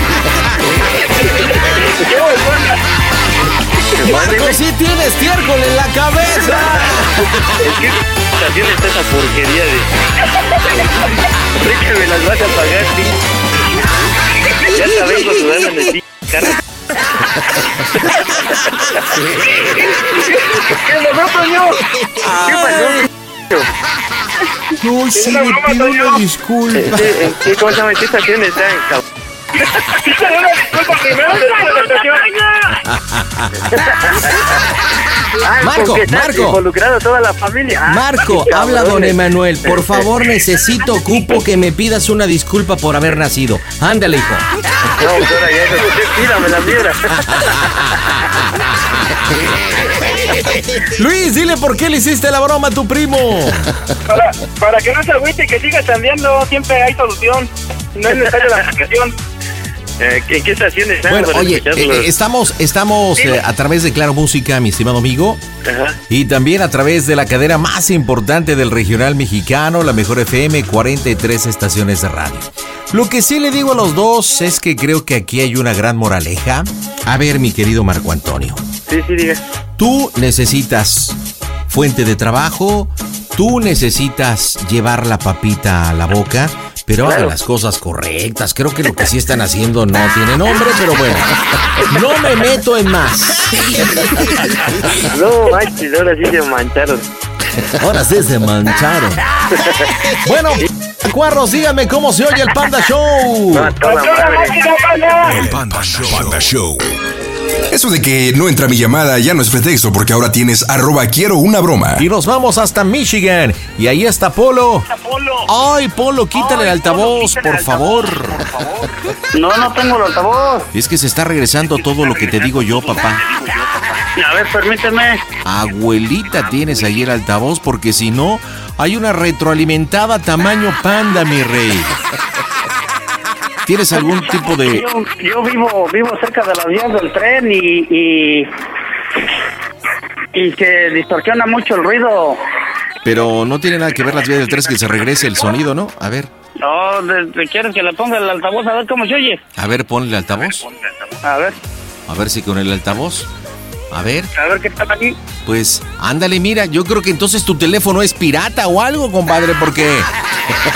Marco Pues sí tiene estiércol en la cabeza. También está esa porquería de. Creo que me las vas a pagar, sí. Ya te vengo sudando en el pinche carro. ¿Qué pasó, Toño? ¿Qué pasó? No, sí, le pido una disculpa. ¿Qué cosa me estás haciendo? Está en cab- Pídele una disculpa primero, después de la sesión. Ah, Marco, porque está Marco. Involucrado toda la familia. Ah, Marco, cabrones. habla don Emanuel. Por Este, favor, necesito cupo que me pidas una disculpa por haber nacido. Ándale, hijo. No, pues ahora ya se tírame la piedra. Luis, dile por qué le hiciste la broma a tu primo. Para, para que no se agüite y que siga chambeando, siempre hay solución. No es necesaria la aplicación. Eh, ¿En qué estación están? Bueno, para oye, escucharlos? eh, estamos, estamos eh, a través de Claro Música, mi estimado amigo, Ajá. y también a través de la cadena más importante del regional mexicano, la Mejor FM, 43 estaciones de radio. Lo que sí le digo a los dos es que creo que aquí hay una gran moraleja. A ver, mi querido Marco Antonio. Sí, sí, diga. Tú necesitas fuente de trabajo, tú necesitas llevar la papita a la boca, pero hagan Claro. las cosas correctas. Creo que lo que sí están haciendo no tiene nombre, pero bueno, no me meto en más. No, manches, ahora sí se mancharon. Ahora sí se mancharon. Bueno, cuarros, díganme cómo se oye el Panda Show. El Panda Show. Eso de que no entra mi llamada ya no es pretexto porque ahora tienes arroba quiero una broma. Y nos vamos hasta Michigan. Y ahí está Polo. Ay, Polo, quítale el altavoz, por favor. No, no tengo el altavoz. Es que se está regresando todo lo que te digo yo, papá. A ver, permíteme. Abuelita, tienes ahí el altavoz porque si no, Hay una retroalimentada tamaño panda, mi rey. ¿tienes algún tipo de... Yo, yo vivo vivo cerca de las vías del tren y, y y se distorsiona mucho el ruido. Pero no tiene nada que ver las vías del 3 que se regrese el sonido, ¿no? A ver, No, de- de- ¿quieres que le ponga el altavoz a ver cómo se oye? a ver, ponle el altavoz. A ver, A ver si con el altavoz. A ver, a ver qué tal aquí. pues ándale, mira, yo creo que entonces tu teléfono es pirata o algo, compadre, porque...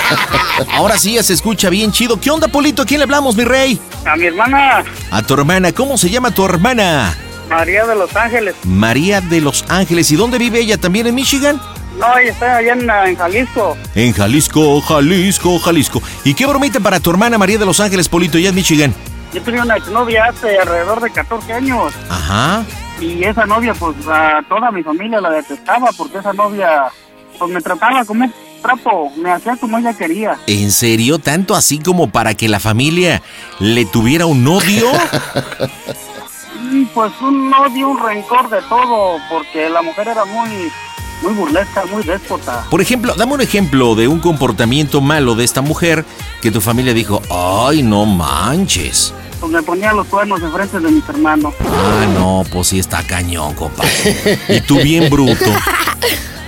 Ahora sí ya se escucha bien chido. ¿Qué onda, Polito? ¿A quién le hablamos, mi rey? A mi hermana A tu hermana, ¿cómo se llama tu hermana? María de Los Ángeles. María de los Ángeles. ¿Y dónde vive ella? ¿También en Michigan? No, ella está allá en, en Jalisco. En Jalisco, Jalisco, Jalisco. ¿Y qué bromita para tu hermana María de los Ángeles, Polito, ya en Michigan? Yo tenía una novia hace alrededor de 14 años. Ajá. Y esa novia, pues a toda mi familia la detestaba porque esa novia, pues me trataba como un trapo, me hacía como ella quería. ¿En serio? ¿Tanto así como para que la familia le tuviera un odio? Y pues un odio, un rencor de todo, porque la mujer era muy, muy burlesca, muy déspota. Por ejemplo, dame un ejemplo de un comportamiento malo de esta mujer que tu familia dijo, ay, no manches. Pues me ponía los cuernos enfrente de mis hermanos. Ah, no, pues sí está cañón, compadre. Y tú bien bruto.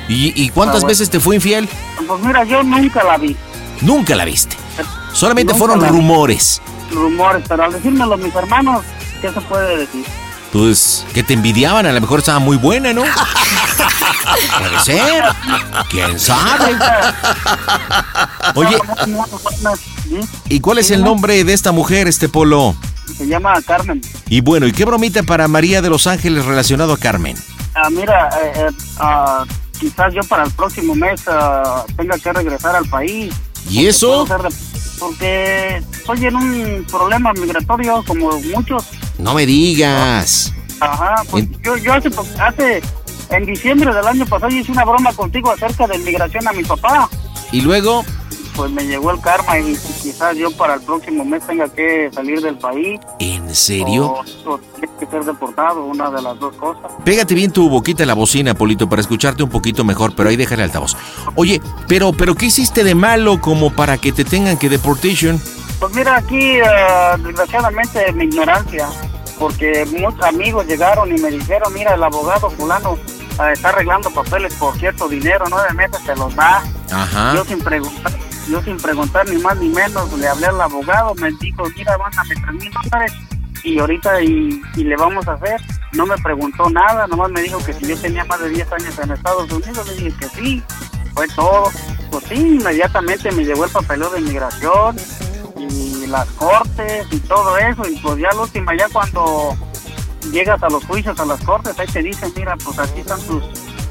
¿Y, y cuántas Ah, bueno. veces te fue infiel? Pues mira, yo nunca la vi. Nunca la viste. Solamente Nunca fueron la vi. rumores. Rumores, pero al decírmelo mis hermanos, ¿qué se puede decir? Pues que te envidiaban, a lo mejor estaba muy buena, ¿no? Puede ser. ¿Quién sabe? Oye, ¿y cuál es el nombre de esta mujer, este polo? Se llama Carmen. Y bueno, ¿y qué bromita para María de los Ángeles relacionado a Carmen? Ah, mira, eh, eh, ah, quizás yo para el próximo mes ah, tenga que regresar al país. ¿Y eso? Puedo ser de- Porque estoy en un problema migratorio como muchos. No me digas. Ajá, pues yo, yo hace, po- hace, en diciembre del año pasado hice una broma contigo acerca de migración a mi papá. Y luego, Pues me llegó el karma y quizás yo para el próximo mes tenga que salir del país ¿en serio? o tenga que ser deportado, una de las dos cosas. Pégate bien tu boquita a la bocina, Polito, para escucharte un poquito mejor, pero ahí déjale altavoz. Oye, pero, pero ¿qué hiciste de malo como para que te tengan que deportation? Pues mira, aquí ah, desgraciadamente mi ignorancia, porque muchos amigos llegaron y me dijeron, mira, el abogado fulano ah, está arreglando papeles por cierto dinero, nueve meses te los da. Yo Ajá. sin preguntar, yo sin preguntar ni más ni menos, le hablé al abogado, me dijo, mira, van a meter mil dólares y ahorita y, y le vamos a hacer. No me preguntó nada, nomás me dijo que si yo tenía más de 10 años en Estados Unidos, le dije que sí, fue todo. Pues sí, inmediatamente me llegó el papeleo de inmigración y las cortes y todo eso, y pues ya la última, ya cuando llegas a los juicios, a las cortes, ahí te dicen, mira, pues aquí están tus,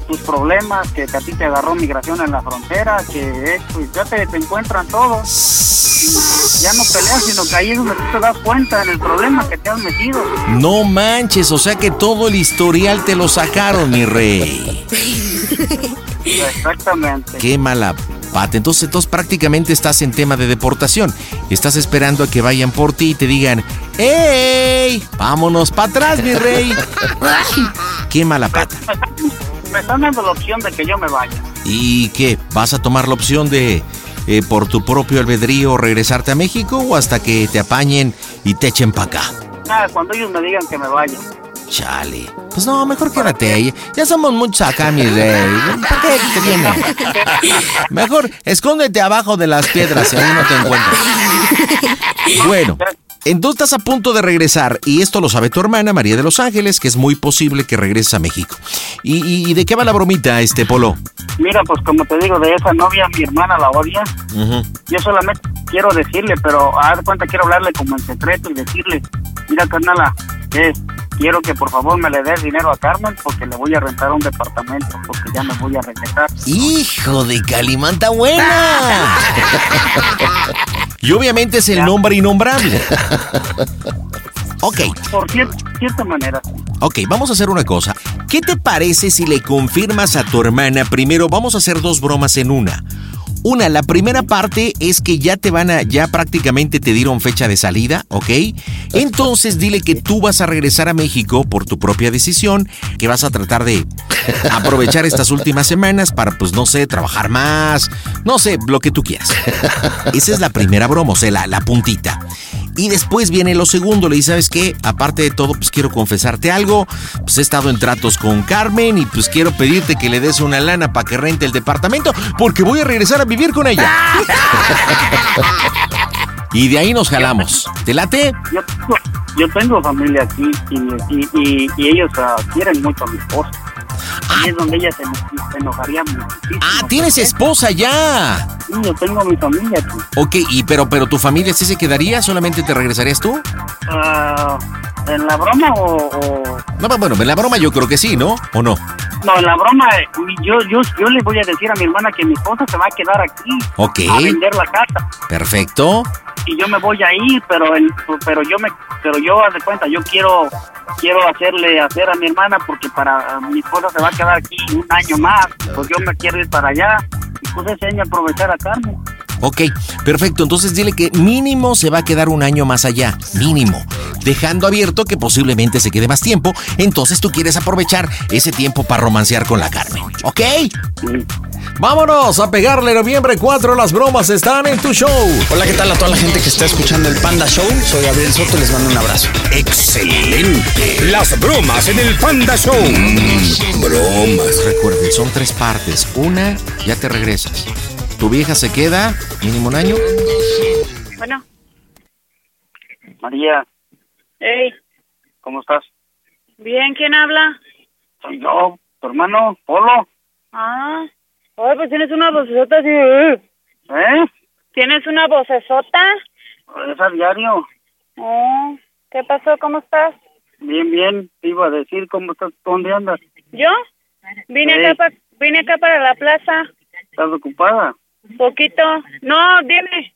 tus problemas, que, que a ti te agarró migración en la frontera, que esto, y ya te, te encuentran todo. Y Ya no peleas, sino que ahí es donde tú te das cuenta en el problema que te has metido. No manches, o sea que todo el historial te lo sacaron, mi rey. Exactamente. Qué mala pata. Entonces, entonces prácticamente estás en tema de deportación. Estás esperando a que vayan por ti y te digan, ¡Ey! Vámonos para atrás, mi rey. Ay, Qué mala pata. Me están dando la opción de que yo me vaya. ¿Y qué? ¿Vas a tomar la opción de, eh, por tu propio albedrío, regresarte a México o hasta que te apañen y te echen para acá? Nada, Ah, cuando ellos me digan que me vaya. Chale. Pues no, mejor quédate. Ya somos muchos acá, mi rey. ¿Para qué te vienes? Mejor escóndete abajo de las piedras si aún no te encuentras. Bueno. Entonces estás a punto de regresar y esto lo sabe tu hermana María de los Ángeles, que es muy posible que regreses a México. ¿Y, y- y de qué va la bromita, este Polo? Mira, pues como te digo, de esa novia mi hermana la odia. Yo solamente quiero decirle, pero a dar cuenta quiero hablarle como en secreto y decirle, mira carnala, eh, quiero que por favor me le des dinero a Carmen porque le voy a rentar un departamento porque ya me voy a regresar. ¡Hijo de Calimanta buena! Y obviamente es el nombre innombrable. Ok, Por cier- cierta manera. ok, vamos a hacer una cosa. ¿Qué te parece si le confirmas a tu hermana? Primero vamos a hacer dos bromas en una. Una, la primera parte es que ya te van a, ya prácticamente te dieron fecha de salida, ¿ok? Entonces dile que tú vas a regresar a México por tu propia decisión, que vas a tratar de aprovechar estas últimas semanas para, pues no sé, trabajar más, no sé, lo que tú quieras. Esa es la primera broma, o sea, la, la puntita. Y después viene lo segundo, le dice, ¿sabes qué? Aparte de todo, pues quiero confesarte algo, pues he estado en tratos con Carmen y pues quiero pedirte que le des una lana para que rente el departamento porque voy a regresar a vivir con ella. y de ahí nos jalamos. ¿Te late? Yo tengo, yo tengo familia aquí y, y- y- y ellos ah, quieren mucho a mi esposa. Ahí es donde ella se, eno- se enojaría muchísimo. Ah, tienes esposa ya. Sí, yo tengo a mi familia aquí. Ok, y pero, pero tu familia sí se quedaría, solamente te regresarías tú? Ah, ¿En la broma o- o No, bueno, en la broma yo creo que sí, ¿no? ¿O no? No, en la broma, eh, yo, yo, yo le voy a decir a mi hermana que mi esposa se va a quedar aquí Ok. a vender la casa Perfecto. y yo me voy a ir, pero el- pero yo me pero yo haz de cuenta, yo quiero quiero hacerle hacer a mi hermana porque para mi esposa se va a quedar aquí un año más, pues yo me quiero ir para allá y pues ese año aprovechar a Carmen. Ok, perfecto. Entonces dile que mínimo se va a quedar un año más allá. Mínimo. Dejando abierto que posiblemente se quede más tiempo. Entonces tú quieres aprovechar ese tiempo para romancear con la Carmen. ¿Ok? Vámonos a pegarle noviembre 4. Las bromas están en tu show. Hola, ¿qué tal a toda la gente que está escuchando el Panda Show? Soy Gabriel Soto y les mando un abrazo. Eh, Excelente. Las bromas en el Panda Show. bromas. Recuerden, son tres partes. Una, ya te regresas. Tu vieja se queda mínimo un año. Bueno, María, hey, ¿cómo estás? bien, ¿quién habla? Soy yo, tu hermano, Polo. Ah, oye, pues tienes una vocesota así. ¿Eh? ¿Tienes una vocesota? Es a diario. Oh, ¿Qué pasó? ¿Cómo estás? Bien, bien. Te iba a decir cómo estás, dónde andas. ¿Yo? Vine, Sí. acá pa- vine acá para la plaza, ¿Estás ocupada? poquito. No, dime.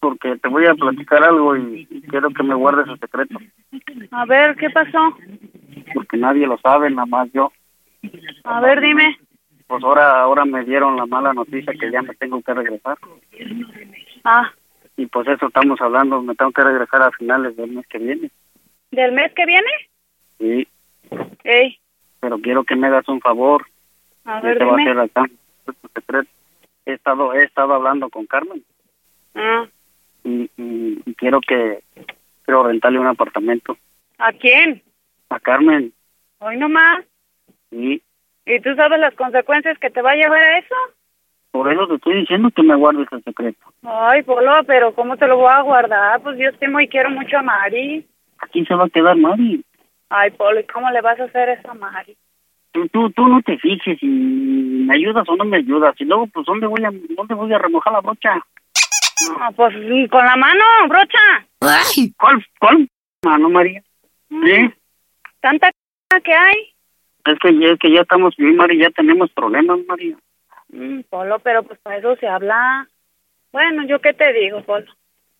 Porque te voy a platicar algo y, y quiero que me guardes el secreto. A ver, ¿qué pasó? Porque nadie lo sabe, nada más yo. A ver, dime. Pues ahora, ahora me dieron la mala noticia que ya me tengo que regresar. Ah, Y pues eso estamos hablando. Me tengo que regresar a finales del mes que viene. ¿del mes que viene? Sí, Ey, pero quiero que me hagas un favor. a Yo ver, te voy a dime. hacer acá un secreto. He estado, he estado hablando con Carmen. Ah, y, y- y quiero que quiero rentarle un apartamento ¿A quién? a Carmen Hoy nomás. y ¿Y tú sabes las consecuencias que te va a llevar a eso? por eso te estoy diciendo que me guardes el secreto. Ay, Polo, pero ¿cómo te lo voy a guardar? Pues yo estimo y quiero mucho a Mari. Aquí se va a quedar Mari. Ay, Polo, ¿y cómo le vas a hacer eso a Mari? Tú, tú, tú no te fijes si me ayudas o no me ayudas. Y luego, pues, ¿dónde voy a, dónde voy a remojar la brocha? No, pues mm, con la mano, brocha. ¿Cuál, cuál mano, María? Mm. Sí, Tanta c que hay. es que, es que ya estamos bien, María, ya tenemos problemas, María. Mm, Polo, pero pues para eso se habla. Bueno, ¿yo qué te digo, Polo?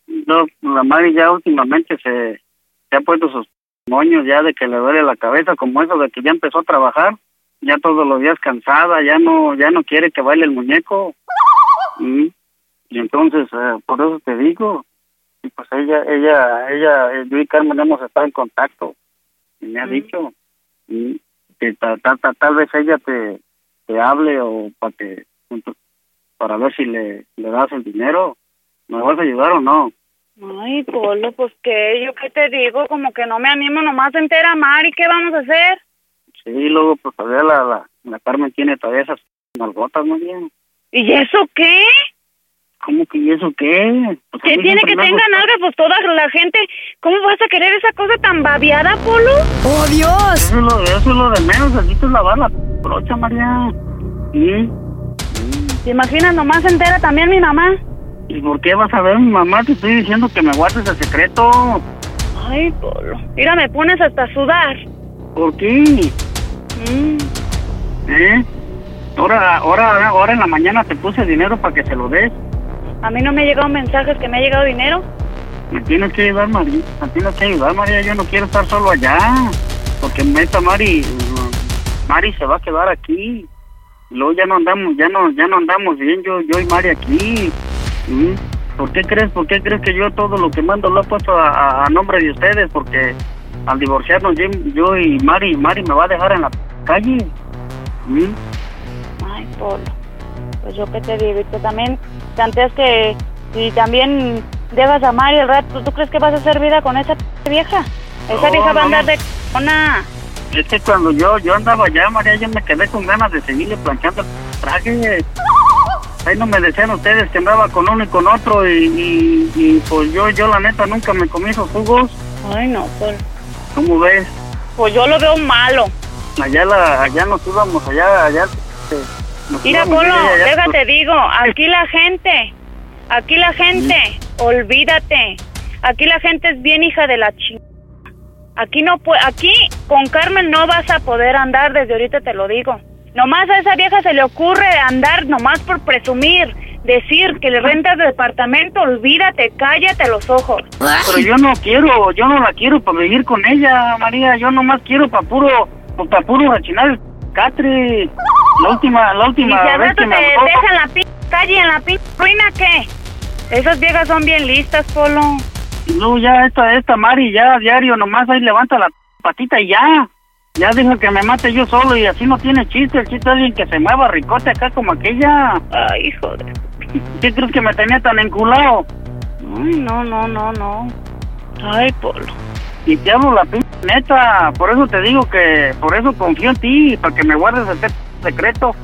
No, la Mari ya últimamente se, se ha puesto sus moños ya de que le duele la cabeza, como eso de que ya empezó a trabajar, ya todos los días cansada, ya no ya no quiere que baile el muñeco. Mm. Y entonces, eh, por eso te digo, y pues ella, ella, ella, eh, yo y Carmen hemos estado en contacto, y me ha dicho mm, que ta- ta- ta- tal vez ella te, te hable o para que junto- para ver si le, le das el dinero, ¿me vas a ayudar o no? Ay, Polo, pues qué, ¿yo qué te digo? Como que no me animo nomás a entera a Mari, ¿qué vamos a hacer? Sí, luego pues todavía la, la, la Carmen tiene todavía esas nalgotas, María. ¿Y eso qué? ¿Cómo que y eso qué? Pues, a ¿Qué mí tiene siempre que me ha tengan algo? Pues toda la gente, ¿cómo vas a querer esa cosa tan babeada, Polo? ¡Oh, Dios! Eso es lo, eso es lo de menos, así te lavar la brocha, María. ¿Y, ¿Te imaginas nomás se entera también mi mamá? ¿Y por qué vas a ver mi mamá? Te estoy diciendo que me guardes el secreto. Ay, Polo. Mira, me pones hasta a sudar. ¿Por qué? Mm, ¿Eh? Ahora, ahora, ahora en la mañana te puse dinero para que se lo des. a mí no me ha llegado mensajes que me ha llegado dinero. Me tienes que ayudar, María. Me tienes que ayudar, María. Yo no quiero estar solo allá. Porque meta Mari. Mari se va a quedar aquí. Luego ya no andamos, ya no, ya no andamos bien yo, yo y Mari aquí. ¿Mm? ¿Por qué crees, por qué crees que yo todo lo que mando lo he puesto a, a- a nombre de ustedes? Porque al divorciarnos yo, yo y Mari, Mari me va a dejar en la calle. ¿Mm? Ay, Polo. Pues yo qué te digo, y tú también tanteas que... Y también dejas a Mari el rato. ¿Tú crees que vas a hacer vida con esa p- vieja? Esa No, vieja va a no. andar de... Una... Es que cuando yo, yo andaba allá, María, yo me quedé con ganas de seguirle planchando el traje. Ahí no me decían ustedes que andaba con uno y con otro y, y- y, pues yo, yo la neta nunca me comí esos jugos. Ay, no, Polo. ¿Cómo ves? Pues yo lo veo malo. Allá la, allá nos íbamos, allá, allá. eh, nos Mira, íbamos, Polo, allá, allá. déjate, digo, aquí la gente, aquí la gente, olvídate, aquí la gente es bien hija de la chingada. Aquí no pue- aquí con Carmen no vas a poder andar, desde ahorita te lo digo. Nomás a esa vieja se le ocurre andar nomás por presumir, decir que le rentas departamento, olvídate, cállate los ojos. Pero yo no quiero, yo no la quiero para vivir con ella, María. Yo nomás quiero para puro, para puro rechinar el catre. La última, la Y si última al vez rato que te me habló- deja en la p calle, en la p ruina, ¿qué? Esas viejas son bien listas, Polo. No, ya esta, esta Mari, ya diario nomás ahí levanta la patita y ya. Ya dijo que me mate yo solo y así no tiene chiste. El chiste es alguien que se mueva ricote acá como aquella. Ay, joder. ¿Qué crees que me tenía tan enculado? Ay, no, no, no, no. Ay, Polo. Y te hablo la p neta. Por eso te digo que por eso confío en ti, para que me guardes este p- secreto.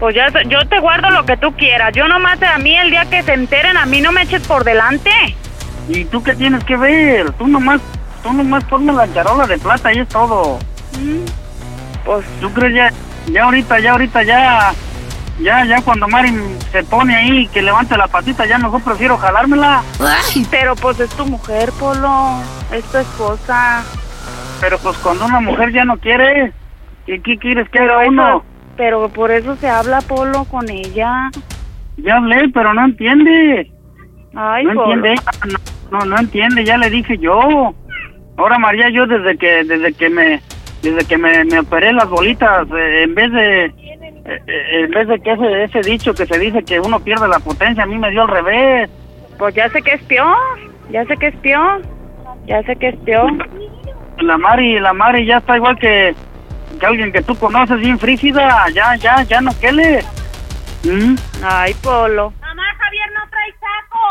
Pues ya, te- yo te guardo lo que tú quieras. Yo nomás a mí el día que se enteren, a mí no me eches por delante. ¿Y tú qué tienes que ver? Tú nomás, tú nomás ponme la charola de plata y es todo. Mm, Pues tú crees ya, ya ahorita, ya ahorita, ya, ya, ya cuando Mari se pone ahí que levante la patita, ya mejor prefiero jalármela. Pero pues es tu mujer, Polo. Es tu esposa. Pero pues cuando una mujer ya no quiere, ¿y qué quieres que Pero haga uno? eso, pero por eso se habla Polo con ella. Ya hablé, pero no entiende. Ay, no Polo. entiende, ella, no, no, no entiende, ya le dije yo. Ahora María, yo desde que desde que me desde que me, me operé las bolitas, eh, en vez de eh, eh, en vez de que ese, ese dicho que se dice que uno pierde la potencia, a mí me dio al revés. Pues ya sé que es peor. Ya sé que es peor. Ya sé que es peor. La Mari, la Mari ya está igual que, que alguien que tú conoces bien frígida, ya, ya, ya no quele. ¿Mm? Ay, Polo.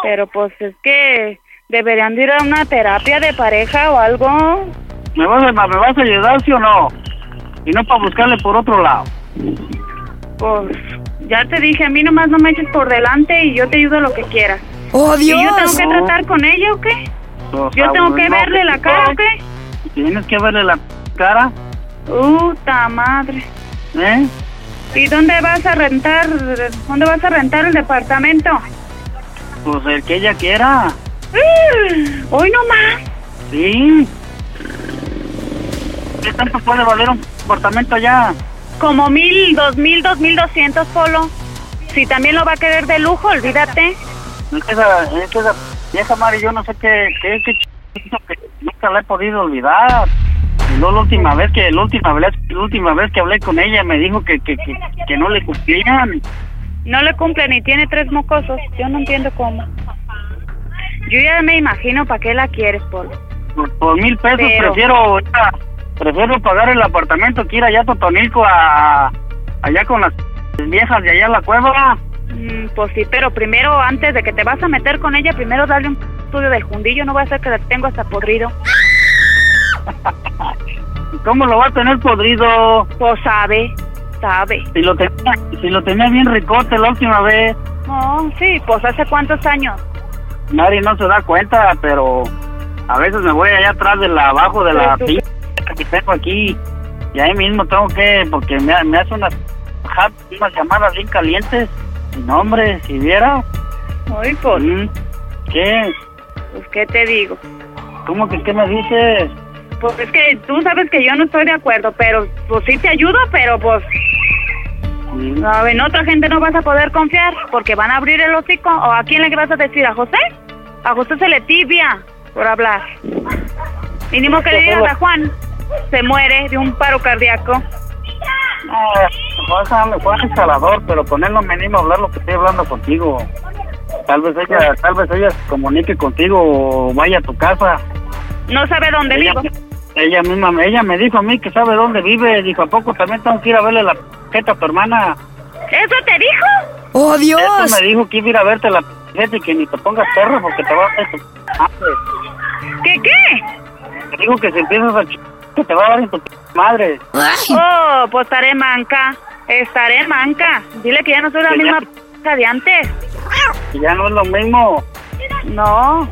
Pero pues es que deberían de ir a una terapia de pareja o algo. ¿Me vas, a, ¿Me vas a ayudar, sí o no? Y no para buscarle por otro lado. Pues ya te dije, a mí nomás no me eches por delante y yo te ayudo a lo que quieras. ¡Oh, ¿Y yo tengo Dios! que No. tratar con ella o qué? O sea, ¿Yo tengo que bueno, verle la cara o qué? pues, Tienes que verle la cara, ¡Puta madre! ¿eh? ¿Y dónde vas a rentar? ¿Dónde vas a rentar el departamento? Pues el que ella quiera. ¡Ah! Hoy nomás. Sí. ¿Qué tanto puede valer un apartamento allá? Como mil, dos mil, dos mil doscientos, Polo. Si también lo va a querer de lujo, olvídate. Es que esa, es que esa vieja madre, yo no sé qué, qué, qué ch- hizo que nunca la he podido olvidar. Y luego la última vez que, la última vez, la última vez que hablé con ella me dijo que, que, que, que no le cumplían. No le cumple ni tiene tres mocosos. Yo no entiendo cómo. Yo ya me imagino para qué la quieres, Polo. Por, por mil pesos Pero- prefiero, ya, prefiero pagar el apartamento que ir allá a Totonilco a, allá con las viejas de allá a la cueva. Mm, pues sí, pero primero, antes de que te vas a meter con ella, primero dale un estudio del jundillo. No va a ser que la tengo hasta podrido. ¿Cómo lo va a tener podrido? Pues sabe, sabe. Si lo tenía, si lo tenía bien ricote la última vez. No, sí, pues hace cuántos años. Mari no se da cuenta, pero a veces me voy allá atrás de la abajo de la Sí, pinche que tengo aquí y ahí mismo tengo que porque me, me hace unas ja- unas llamadas bien calientes. Y No, hombre, si viera. Ay, pues, Mm, ¿Qué? pues, ¿qué te digo? ¿Cómo que qué me dices? Pues es que tú sabes que yo no estoy de acuerdo, pero pues sí te ayudo, pero pues Mm, no, en otra gente no vas a poder confiar porque van a abrir el hocico. ¿O a quién le vas a decir? ¿A José? A José se le tibia por hablar. Mínimo que le digas a Juan, se muere de un paro cardíaco. No, Juan, Juan es jalador, pero con él no me animo a hablar lo que estoy hablando contigo. Tal vez ella, tal vez ella se comunique contigo o vaya a tu casa. No sabe dónde Ella- vivo. Ella misma, me- ella me dijo a mí que sabe dónde vive. Dijo, ¿a poco también tengo que ir a verle la jeta a tu hermana? ¿Eso te dijo? ¡Oh, Dios! Eso me dijo que iba a ir a verte la jeta y que ni te pongas perro porque te va a dar en tu madre. ¿Qué qué? Te dijo que si empiezas a ch... que te va a dar en tu madre. Oh, pues estaré manca. Estaré manca. Dile que ya no soy la Que ya- misma p de antes. Y ya no es lo mismo. No,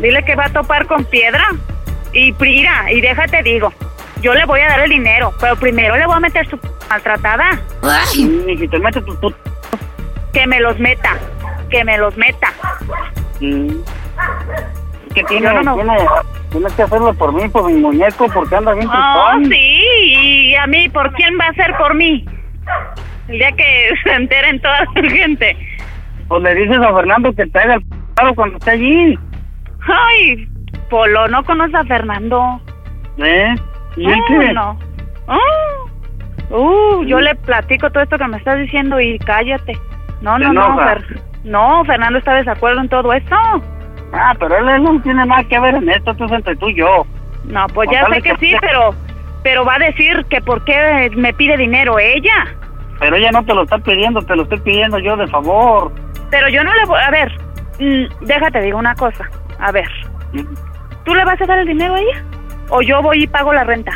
dile que va a topar con piedra. Y mira, y déjate digo, yo le voy a dar el dinero, pero primero le voy a meter su p- maltratada. Y si te metes tus put... Que me los meta, que me los meta. Mm. Es Que tiene, Yo no me- tiene, tienes que hacerlo por mí, por mi muñeco, porque anda bien Oh, tristón. sí, y a mí, ¿por quién va a ser por mí? El día que se enteren toda la gente. Pues le dices a Fernando que te haga el paro cuando esté allí. Ay, Polo, no conoces a Fernando. ¿Eh? ¿Y él Ah, qué? no. Ah, uh, yo le platico todo esto que me estás diciendo y cállate. No, Se no, no, enoja. Fer- No, Fernando está de acuerdo en todo esto. Ah, pero él, él no tiene nada que ver en esto, esto es entre tú y yo. No, pues ya sé Contarle que que- sí, pero pero va a decir que por qué me pide dinero ella. Pero ella no te lo está pidiendo, te lo estoy pidiendo yo de favor. Pero yo no le voy... A ver, mm, déjate, digo una cosa. A ver, ¿tú le vas a dar el dinero a ella? ¿O yo voy y pago la renta?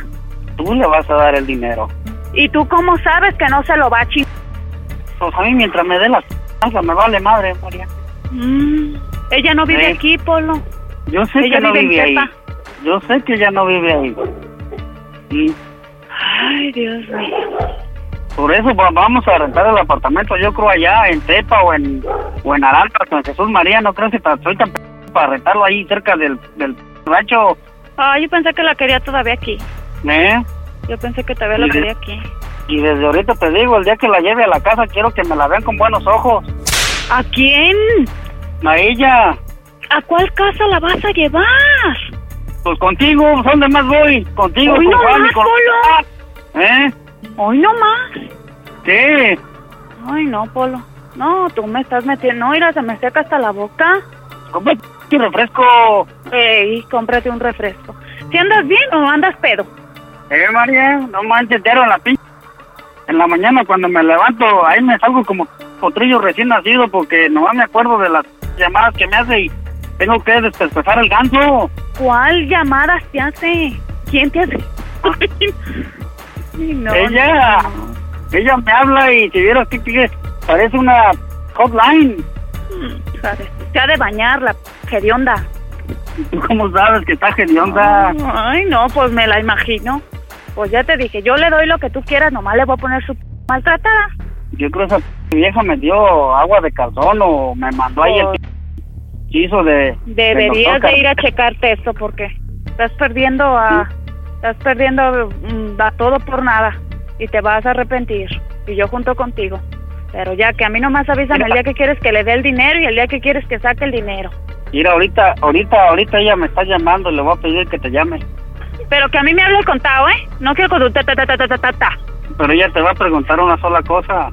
Tú le vas a dar el dinero. ¿Y tú cómo sabes que no se lo va a chingar? Pues a mí mientras me dé la c******, me vale madre, María. Mm, ella no vive Sí. aquí, Polo. Yo sé Ella que Eh. no vive en vive ahí. Tepa. Yo sé que ella no vive ahí. Y Ay, Dios mío. por eso va- vamos a rentar el apartamento, yo creo allá en Tepa o en, o en Arantas, con Jesús María, no creo que ta- soy tan p- para rentarlo ahí cerca del, del rancho, Ay, Ah, yo pensé que la quería todavía aquí. ¿eh? Yo pensé que todavía la Sí. quería aquí. Y desde ahorita te digo, el día que la lleve a la casa quiero que me la vean con buenos ojos. ¿A quién? A ella. ¿A cuál casa la vas a llevar? Pues contigo, ¿dónde más voy? Contigo, Hoy con no Juan y más, con- ¿Eh? Hoy no más. ¿Qué? Ay, no, Polo. No, tú me estás metiendo. No, mira, se me seca hasta la boca. Compra un refresco. Ey, cómprate un refresco. ¿Si andas bien o andas pedo? Eh, María, no manches, te en la pinche. En la mañana cuando me levanto, ahí me salgo como potrillo recién nacido porque nomás me acuerdo de las llamadas que me hace y tengo que despespezar el ganso. ¿Cuál llamada te hace? ¿Quién te hace? Ay, no, ella, ella me habla y si vieras que que parece una hotline. no, ¿sabes? Se ha de bañar la p- onda. ¿Tú cómo sabes que está hedionda? Ay, no, pues me la imagino. Pues ya te dije, yo le doy lo que tú quieras, nomás le voy a poner su p- maltratada. Yo creo que esa vieja me dio agua de calzón o me mandó ahí el hechizo de... del Oh. Deberías doctor de ir a Car- checarte esto porque estás perdiendo a estás perdiendo mm, a todo por nada y te vas a arrepentir y yo junto contigo. Pero ya que a mí nomás avísame el día que quieres que le dé el dinero y el día que quieres que saque el dinero. Mira, ahorita, ahorita, ahorita ella me está llamando, le voy a pedir que te llame. Pero que a mí me hable el contado, ¿eh? No quiero con tu ta ta ta ta ta ta ta. Pero ella te va a preguntar una sola cosa,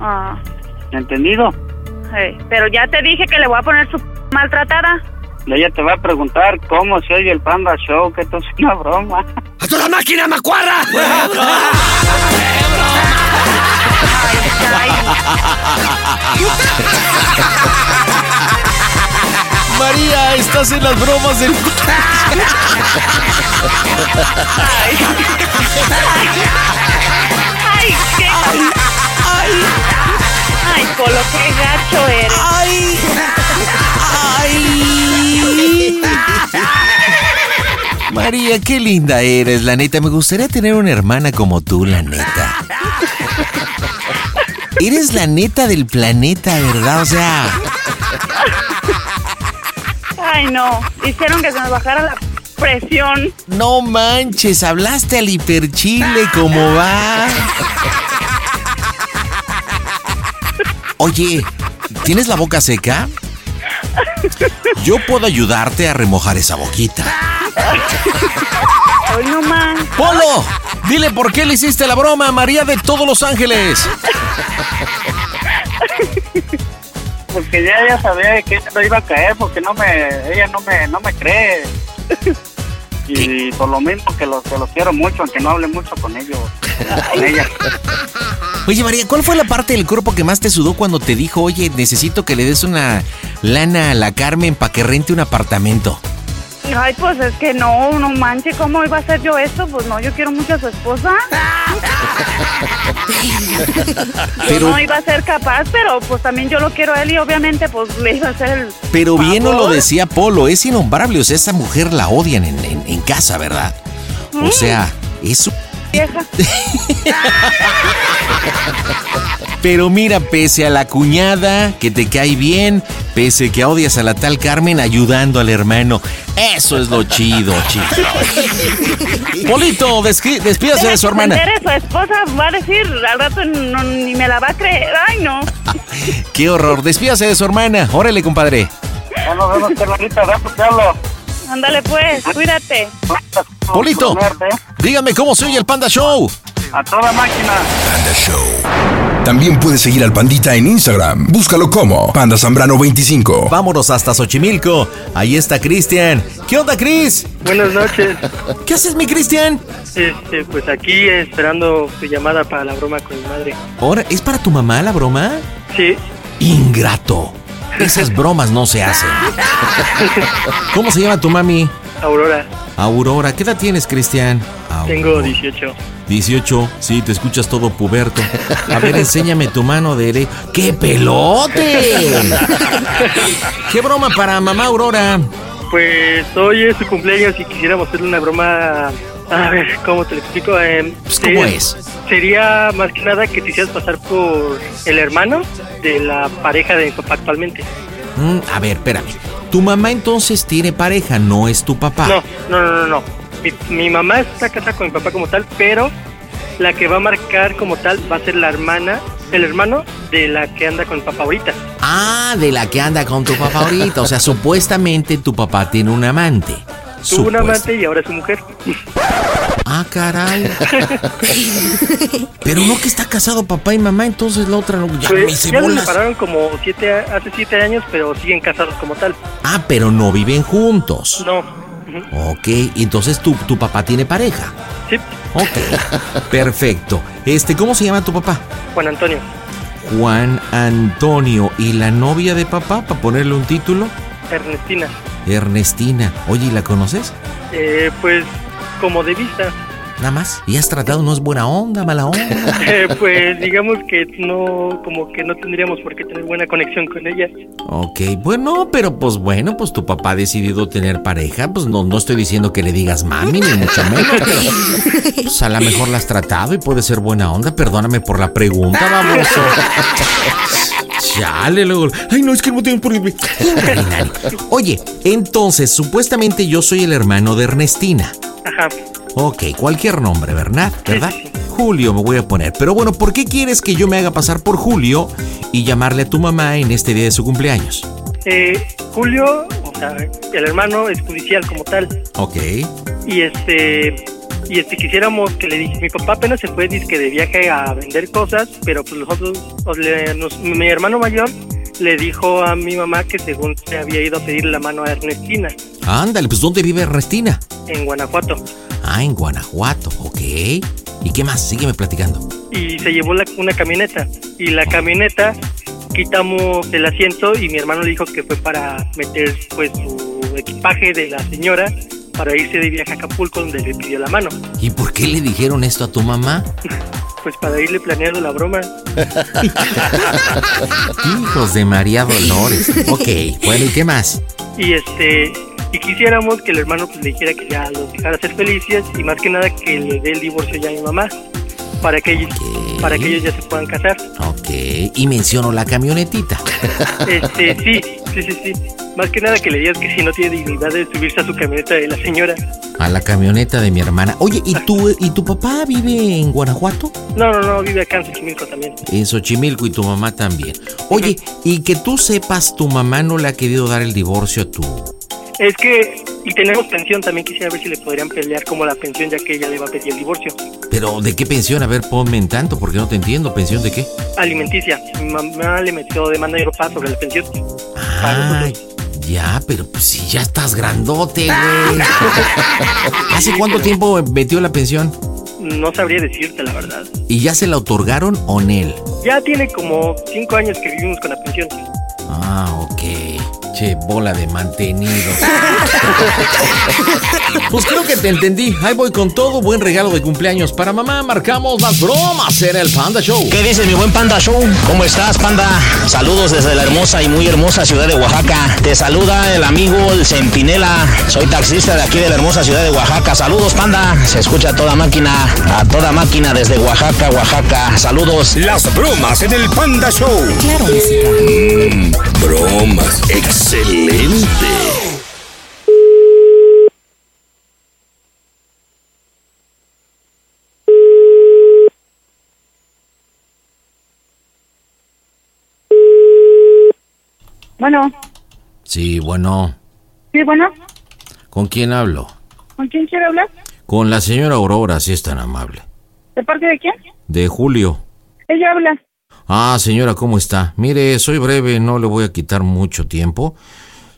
Ah, ¿entendido? hey, Pero ya te dije que le voy a poner su p- maltratada. Ella te va a preguntar cómo se oye el Panda Show, que esto es una broma. ¡Esto la máquina macuarra! María, estás en las bromas del... Ay, qué ay. Ay, Polo, qué gacho eres. Ay. Ay. María, qué linda eres, la neta. Me gustaría tener una hermana como tú, la neta. Eres la neta del planeta, ¿verdad? O sea, Ay, no. Hicieron que se nos bajara la presión. no manches, hablaste al hiperchile, ¿cómo va? Oye, ¿tienes la boca seca? Yo puedo ayudarte a remojar esa boquita. Hoy no más. ¡Polo! Dile por qué le hiciste la broma a María de todos los ángeles. Porque ya ella sabía que ella no iba a caer porque no me, ella no me, no me cree. Y por lo mismo que los, que los quiero mucho, aunque no hable mucho con ellos, con ella. Oye, María, ¿cuál fue la parte del cuerpo que más te sudó cuando te dijo, oye, necesito que le des una lana a la Carmen para que rente un apartamento? Ay, pues es que no, no manches, ¿cómo iba a hacer yo esto? Pues no, yo quiero mucho a su esposa. Yo Pero, no iba a ser capaz, pero pues también yo lo quiero a él y obviamente pues le iba a hacer el... pero bien no lo decía Polo, es innombrable, o sea, esa mujer la odian en, en- en casa, ¿verdad? O Mm. sea, eso... Vieja. Pero mira, pese a la cuñada que te cae bien, pese que odias a la tal Carmen ayudando al hermano, eso es lo chido, chido. Polito, desqui- despídase de su hermana. Se entere, su esposa va a decir, al rato no- ni me la va a creer. Ay, no. Qué horror, despídase de su hermana. Órale, compadre. Ya nos vemos, Carlita, rato te hablo. Ándale pues, cuídate. Polito, dígame cómo se oye el Panda Show. A toda máquina. Panda Show. También puedes seguir al Pandita en Instagram. Búscalo como Panda Zambrano 25. Vámonos hasta Xochimilco. Ahí está Cristian. ¿Qué onda, Cris? Buenas noches. ¿Qué haces, mi Cristian? Este, pues aquí esperando tu llamada para la broma con mi madre. Ahora, ¿es para tu mamá la broma? Sí. Ingrato. Esas bromas no se hacen. ¿Cómo se llama tu mami? Aurora, Aurora, ¿qué edad tienes, Cristian? tengo 18. 18. Sí, te escuchas todo puberto. A ver, enséñame tu mano derecha. ¡Qué pelote! ¿Qué broma para mamá Aurora? Pues hoy es su cumpleaños y quisiéramos hacerle una broma. A ver, ¿cómo te lo explico? Em, Pues, ¿cómo es? Sería más que nada que te hicieras pasar por el hermano de la pareja de mi papá actualmente. Mm, a ver, espérame. Tu mamá entonces tiene pareja, no es tu papá. No, no, no, no, no. Mi, mi mamá está casada con mi papá como tal, pero la que va a marcar como tal va a ser la hermana, el hermano de la que anda con mi papá ahorita. Ah, de la que anda con tu papá ahorita. O sea, supuestamente tu papá tiene un amante. Tuvo un Supuest- amante y ahora es su mujer. Ah, caray. Pero no que está casado papá y mamá, entonces la otra no. Ya Pues, me hice ya se bolas. separaron como siete, a- hace siete años, pero siguen casados como tal. Ah, pero no viven juntos. No. Ok, entonces tu, tu papá tiene pareja. Sí. Ok, perfecto. Este, ¿cómo se llama tu papá? Juan Antonio. Juan Antonio. ¿Y la novia de papá, para ponerle un título? Ernestina. Ernestina. Oye, ¿y la conoces? Eh, pues como de vista. Nada más. ¿Y has tratado? No es buena onda, mala onda. Eh, pues digamos que no, como que no tendríamos por qué tener buena conexión con ella. Ok, bueno, pero pues bueno, pues tu papá ha decidido tener pareja, pues no, no estoy diciendo que le digas mami, ni mucho menos, pero pues a lo mejor la has tratado y puede ser buena onda, perdóname por la pregunta, baboso. Chale, luego, ay no, es que no tengo por qué... Ordinario. Oye, entonces, supuestamente yo soy el hermano de Ernestina. Ajá. Ok, cualquier nombre, ¿verdad? ¿Verdad? Julio me voy a poner. Pero bueno, ¿por qué quieres que yo me haga pasar por Julio y llamarle a tu mamá en este día de su cumpleaños? Eh, Julio, o sea, el hermano es judicial como tal. Ok. Y este, y este quisiéramos que le dije, mi papá apenas se fue dizque de viaje a vender cosas, pero pues nosotros, o le- nos- mi hermano mayor le dijo a mi mamá que según se había ido a pedir la mano a Ernestina Ándale, pues ¿dónde vive Ernestina? en Guanajuato. Ah, en Guanajuato, ok. ¿Y qué más? Sígueme platicando. y se llevó la- una camioneta. Y la camioneta quitamos el asiento y mi hermano le dijo que fue para meter pues su equipaje de la señora para irse de viaje a Acapulco donde le pidió la mano. ¿Y por qué le dijeron esto a tu mamá? Pues para irle planeando la broma. Hijos de María Dolores. Ok, bueno, ¿y qué más? Y este y quisiéramos que el hermano pues, le dijera que ya los dejara ser felices y más que nada que le dé el divorcio ya a mi mamá para que ellos, para que ellos ya se puedan casar. Ok, y menciono la camionetita. Este, sí, sí, sí, sí. Más que nada que le digas que si no tiene dignidad de subirse a su camioneta de la señora. A la camioneta de mi hermana. Oye, ¿y tú, y tu papá vive en Guanajuato? No, no, no, vive acá en Xochimilco también. En Xochimilco y tu mamá también. Oye, y que tú sepas, tu mamá no le ha querido dar el divorcio a tu Es que, y tenemos pensión, también quisiera ver si le podrían pelear como la pensión, ya que ella le va a pedir el divorcio. Pero, ¿de qué pensión? A ver, ponme en tanto, porque no te entiendo. ¿Pensión de qué? Alimenticia. Mi mamá le metió demanda a mi papá sobre la pensión. Ay, ya, pero pues, si ya estás grandote, güey. ¿Hace cuánto tiempo metió la pensión? No sabría decirte la verdad. ¿Y ya se la otorgaron o él? Ya tiene como cinco años que vivimos con la pensión. Ah, ok. Che, bola de mantenido. Pues creo que te entendí. Ahí voy con todo. Buen regalo de cumpleaños para mamá. Marcamos las bromas en el Panda Show. ¿Qué dices, mi buen Panda Show? ¿Cómo estás, Panda? Saludos desde la hermosa y muy hermosa ciudad de Oaxaca. Te saluda el amigo El Centinela. Soy taxista de aquí de la hermosa ciudad de Oaxaca. Saludos, Panda. Se escucha a toda máquina, a toda máquina desde Oaxaca, Oaxaca. Saludos. Las bromas en el Panda Show. Claro, bromas. Excelente. Bueno, Sí, bueno. sí, bueno, ¿Con quién hablo? ¿con quién quiere hablar? Con la señora Aurora, si es tan amable. ¿De parte de quién? De Julio. Ella habla. Ah, señora, ¿cómo está? Mire, soy breve, no le voy a quitar mucho tiempo.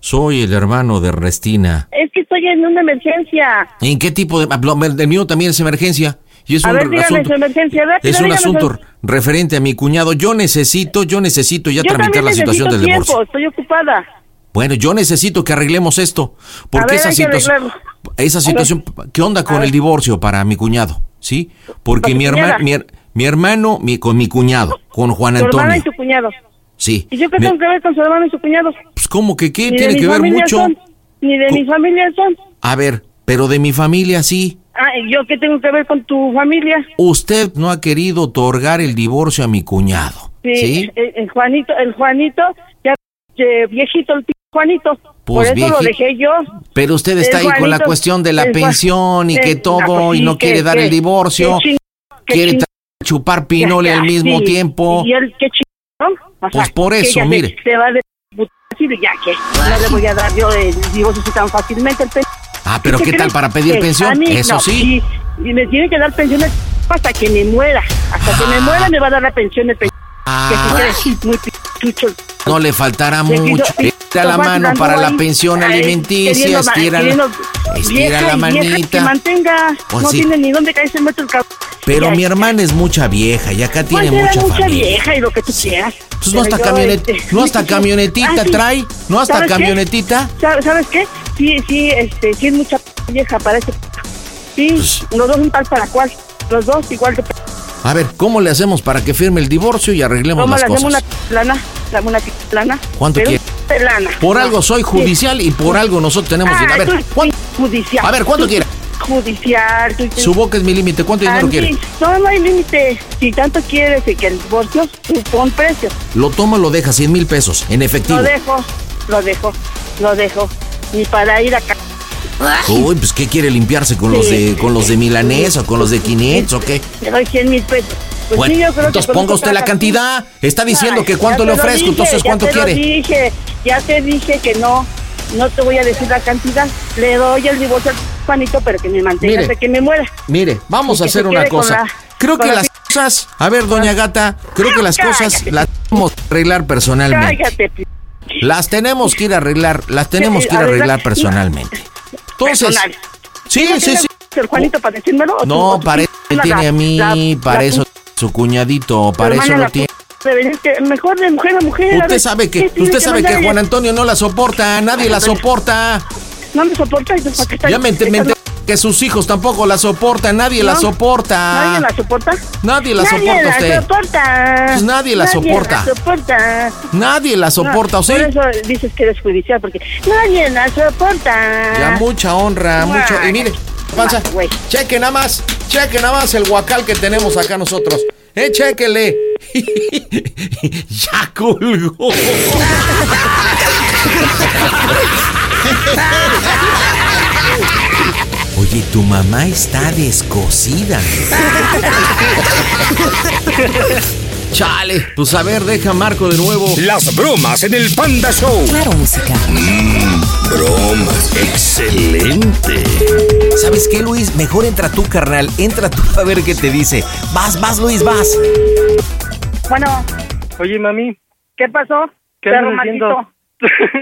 Soy el hermano de Restina. Es que estoy en una emergencia. ¿En qué tipo de...? ah, El mío también es emergencia. Y es a un ver, dígame asunto- su emergencia. A ver, Es pero un dígame su- asunto referente a mi cuñado. Yo necesito, yo necesito ya Yo tramitar también la necesito situación del tiempo, divorcio. Estoy ocupada. Bueno, yo necesito que arreglemos esto. a Porque ver, esa, hay que situa- arreglarlo. esa situación... ¿Qué onda con el divorcio para mi cuñado? ¿Sí? Porque mi, tu herma- cuñada. mi, her- mi hermano, mi, con mi cuñado, con Juan Su hermana y Antonio. su cuñado. Sí. ¿Y yo qué Mi- tengo que ver con su hermano y su cuñado? pues, ¿Cómo que qué? Ni de Tiene mi que ver familia mucho. son, Ni de mi familia son. A ver, pero de mi familia sí. Ah, ¿y ¿yo qué tengo que ver con tu familia? Usted no ha querido otorgar el divorcio a mi cuñado. Sí. ¿Sí? El, el Juanito, el Juanito, ya eh, viejito el tío Juanito. Por Pues eso vieji- lo dejé yo. Pero usted está El ahí con la Juanito- cuestión de la el Juan- pensión y el- que no, todo pues y sí, no que- quiere dar que- el divorcio. que ching- que quiere ching- tra- chupar pinole Ya, al ya, mismo sí. tiempo. Y él, qué chingón. O Pues sea, por que eso, ella se- mire. Se va de putas y ya que no le voy a dar yo el divorcio así tan fácilmente. El pe- Ah, pero ¿Tú ¿qué tal crees? para pedir Que a pensión? mí, Eso no, sí. Y, y me tiene que dar pensión el hasta que me muera. Hasta que me muera me va a dar la pensión de pensión. Que si quieres, muy pichucho. No le faltará Se mucho. quiso- Eh, Estira la mano para la pensión alimenticia, estira la, estira la Que manita. mantenga, Pues no sí. tiene ni dónde caerse muerto el cabrón. Pero Ya, mi hermana es mucha vieja y acá pues tiene era mucha mucha familia. vieja y lo que tú quieras. Pues no Pero hasta, yo, camionet- este, no hasta camionetita Ah, sí. trae, no hasta ¿Sabes qué? camionetita. Sa- ¿Sabes qué? Sí, sí, este, sí es mucha p- vieja para ese. p- Sí, Pues los dos un tal para cual. Los dos igual que. p- A ver, ¿cómo le hacemos para que firme el divorcio y arreglemos Toma, las le cosas? hacemos una lana, la- una p- lana. ¿Cuánto pero quiere? un p- lana. Por algo soy Sí. judicial y por algo nosotros tenemos Ah, dinero. A tú ver, eres Judicial. a ver, ¿cuánto Tú quiere? Judicial. tú- tú- su boca es mi límite. ¿Cuánto dinero Andy, quiere? No, no hay límite. Si tanto quieres y que el divorcio, tú pon precio. Lo toma, lo deja, 100 mil pesos en efectivo. Lo dejo, lo dejo, lo dejo. Ni para ir acá. Uy, pues ¿qué quiere limpiarse con los Sí. de con los de Milanés o con los de 500 o qué? Te doy 100 mil pesos. Pues Bueno, sí, yo creo entonces que con ponga eso usted la trabajas. cantidad. Está diciendo Ay, que cuánto ya le te lo ofrezco, dije, entonces cuánto ya te lo quiere. dije, ya te dije que no, no te voy a decir la cantidad. Le doy el divorcio al Juanito, pero que me mantenga Mire. hasta que me muera. Mire, vamos Y a que hacer se una quede con cosa. la- Creo con que la Ah, las pi- cosas, a ver, doña Gata, creo que las cosas las vamos a arreglar personalmente. Cállate, pues, p- Las tenemos que ir a arreglar, las tenemos que ir a arreglar- arreglar personalmente. Entonces, personal. sí, ¿Tú no sí, tienes sí. el Juanito para decírmelo? ¿O tú- o No, tú para eso me la- tiene a la- mí, la para eso pu- su cuñadito, para hermana, eso la lo pu- tiene. deberías que- mejor de mujer a mujer. a Usted ver, sabe ¿qué que, tiene usted sabe que mandarle? Juan Antonio no la soporta, nadie la soporta. No me soporta. entonces, ¿para qué está- Ya me ent- me está- enteré que sus hijos tampoco la soportan, nadie la No, ¿Nadie soporta. la soporta? Nadie la soporta la usted. soporta. Pues nadie la soporta. Nadie la soporta. Nadie la soporta, No, ¿o sí? Por eso dices que eres judicial, porque nadie la soporta. Ah. Ya mucha honra, mucho. Y mire, panza, cheque nada más, cheque nada más el guacal que tenemos acá nosotros. Eh, chequele. ya colgó. Oye, tu mamá está descosida. Chale, pues a ver, deja Marco de nuevo. Las bromas en el Panda Show. Claro, música. Bromas, excelente. ¿Sabes qué, Luis? Mejor entra tú, carnal. Entra tú a ver qué te dice. Vas, vas, Luis, vas. Bueno, Oye, mami. ¿qué pasó? ¿Qué perro andas maldito.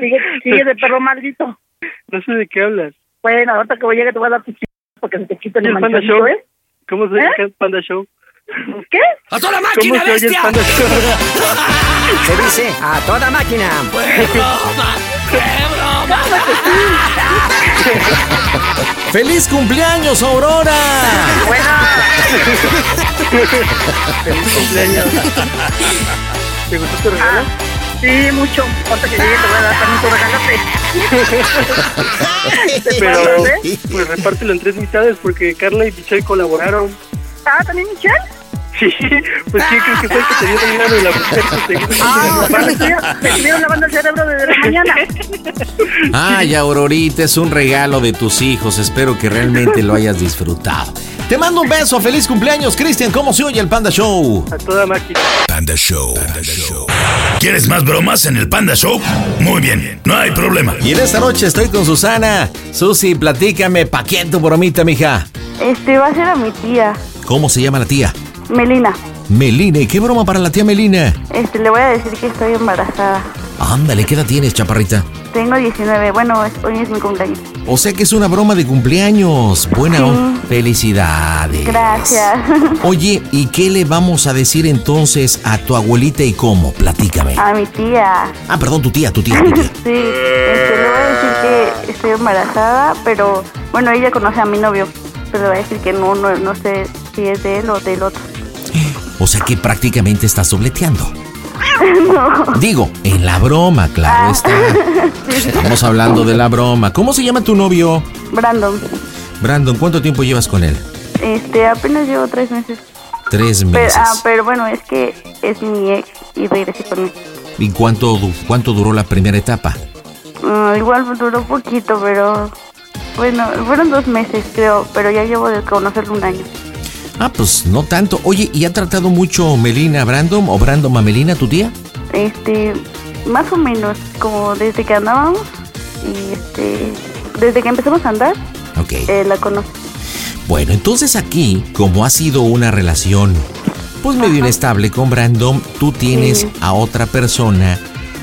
Sigue, sigue de perro maldito. No sé de qué hablas. Bueno, ahorita que voy a llegar te voy a dar tu ch... porque se te quita el El Panda manchonito, Show. ¿eh? ¿Cómo se ¿Eh? oye el Panda Show? ¿Qué? ¡A toda máquina, ¿Cómo se oye el bestia! Panda Show? Se dice a toda máquina. ¡Feliz cumpleaños, Aurora! Feliz cumpleaños. ¿Te gustó tu regalo? Sí, mucho. Ahorita que llegue te voy a dar también tu regalote. ¿Te Pero, acuerdas, eh? pues repártelo en tres mitades porque Carla y Michelle colaboraron. Ah, ¿también Michelle? Sí, pues sí, creo que fue el que te dio la mano y la mujer que te dio Ah, me estuvieron- me estuvieron lavando el cerebro desde la mañana. Ay, Aurorita, es un regalo de tus hijos. Espero que realmente lo hayas disfrutado. Te mando un beso, feliz cumpleaños, Cristian. ¿Cómo se oye el Panda Show? a toda máquina. Panda Show. Panda Show. ¿Quieres más bromas en el Panda Show? Muy bien, no hay problema. Y en esta noche estoy con Susana. Susi, platícame, pa' quién tu bromita, mija. Este va a ser a mi tía. ¿Cómo se llama la tía? Melina, Melina. ¿Y qué broma para la tía Melina? este, le voy a decir que estoy embarazada. Ándale, ¿qué edad tienes, chaparrita? Tengo 19, bueno, es- hoy es mi cumpleaños. O sea que es una broma de cumpleaños. Buena on- Felicidades. Gracias. Oye, ¿y qué le vamos a decir entonces a tu abuelita y cómo? Platícame. A mi tía. Ah, perdón, tu tía, tu Sí, tía, tu tía. este, le voy a decir que estoy embarazada, pero bueno, ella conoce a mi novio, pero le voy a decir que no, no, no sé si es de él o del otro. O sea que prácticamente estás dobleteando. no. Digo, en la broma, Ah, claro está. Estamos hablando de la broma. ¿Cómo se llama tu novio? Brandon, Brandon, ¿cuánto tiempo llevas con él? este, apenas llevo tres meses. Tres Pero, meses. ah, pero bueno, es que es mi ex y regresé con él. ¿Y cuánto, du- cuánto duró la primera etapa? Mm, igual duró poquito, pero bueno, fueron dos meses creo, pero ya llevo de conocerlo un año. Ah, pues no tanto. Oye, ¿y ha tratado mucho Melina a Brandon o Brandon a Melina, tu tía? Este, más o menos, como desde que andábamos y este, desde que empezamos a andar, Ok. eh, la conocí. Bueno, entonces aquí, como ha sido una relación pues medio inestable con Brandon, tú tienes Sí. a otra persona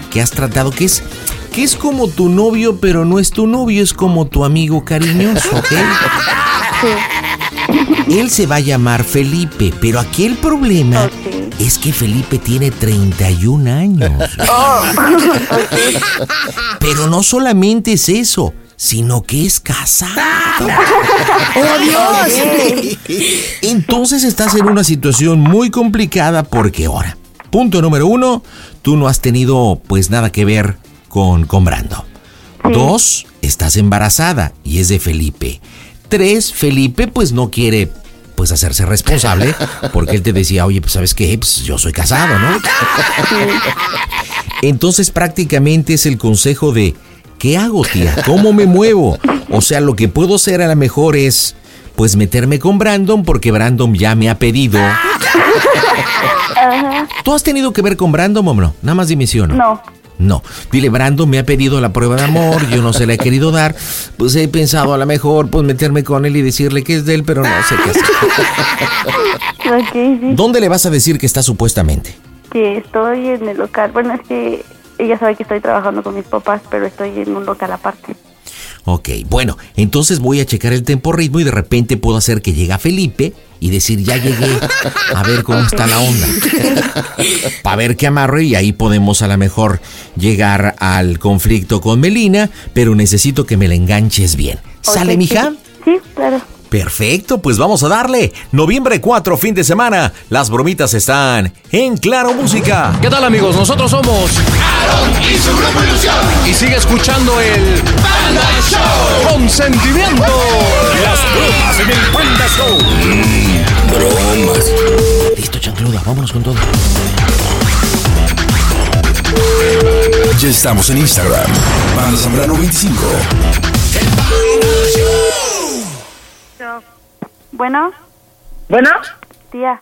que has tratado que es que es como tu novio, pero no es tu novio, es como tu amigo cariñoso, ¿ok? Él se va a llamar Felipe, pero aquí el problema es que Felipe tiene 31 años. Pero no solamente es eso, sino que es casado. ¡Oh, Dios! Entonces estás en una situación muy complicada porque ahora, punto número uno, tú no has tenido pues nada que ver con, con Brando. Dos, estás embarazada y es de Felipe. Tres, Felipe pues no quiere pues hacerse responsable porque él te decía, oye, pues sabes qué, pues yo soy casado, ¿no? Entonces prácticamente es el consejo de, ¿qué hago, tía? ¿Cómo me muevo? O sea, lo que puedo hacer a lo mejor es, pues meterme con Brandon porque Brandon ya me ha pedido. ¿Tú has tenido que ver con Brandon o no? Nada más dime sí o no. No, No. Dile, Brandon me ha pedido la prueba de amor, yo no se la he querido dar, pues he pensado a lo mejor pues meterme con él y decirle que es de él, pero no sé qué hacer. ok, sí, ¿Dónde le vas a decir que está supuestamente? que estoy en el local. Bueno, es que ella sabe que estoy trabajando con mis papás, pero estoy en un local aparte. Ok, bueno, entonces voy a checar el tempo ritmo y de repente puedo hacer que llegue Felipe y decir, ya llegué, a ver cómo está la onda. Para ver qué amarre y ahí podemos a lo mejor llegar al conflicto con Melina, pero necesito que me la enganches bien. ¿Sale, Ok, mija? Sí, sí, claro. Perfecto, pues vamos a darle. Noviembre 4, fin de semana. Las bromitas están en Claro Música. ¿Qué tal amigos? Nosotros somos... Y su revolución. Y sigue escuchando el Panda Show. Con sentimiento. Las bromas en el Panda Show. bromas. Listo, chancluda, vámonos con todo. Ya estamos en Instagram. Panda Zambrano 25. Bueno, Bueno, tía,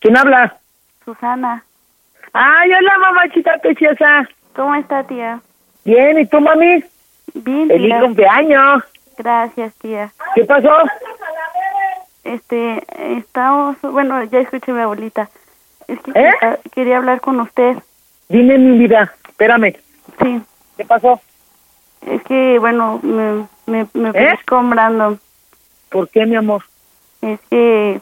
¿quién habla? Susana, Ay, hola, mamachita preciosa. ¿cómo está, tía? Bien, ¿y tú, mami? Bien, Feliz tía. cumpleaños. Gracias, tía. ¿Qué pasó? Este, estamos, bueno, ya escuché a mi abuelita. Es que ¿Eh? quería, quería hablar con usted. Dime, mi vida, espérame. Sí. ¿Qué pasó? Es que, bueno, me, me, me ¿Eh? con Brandon. ¿Por qué, mi amor? Es que,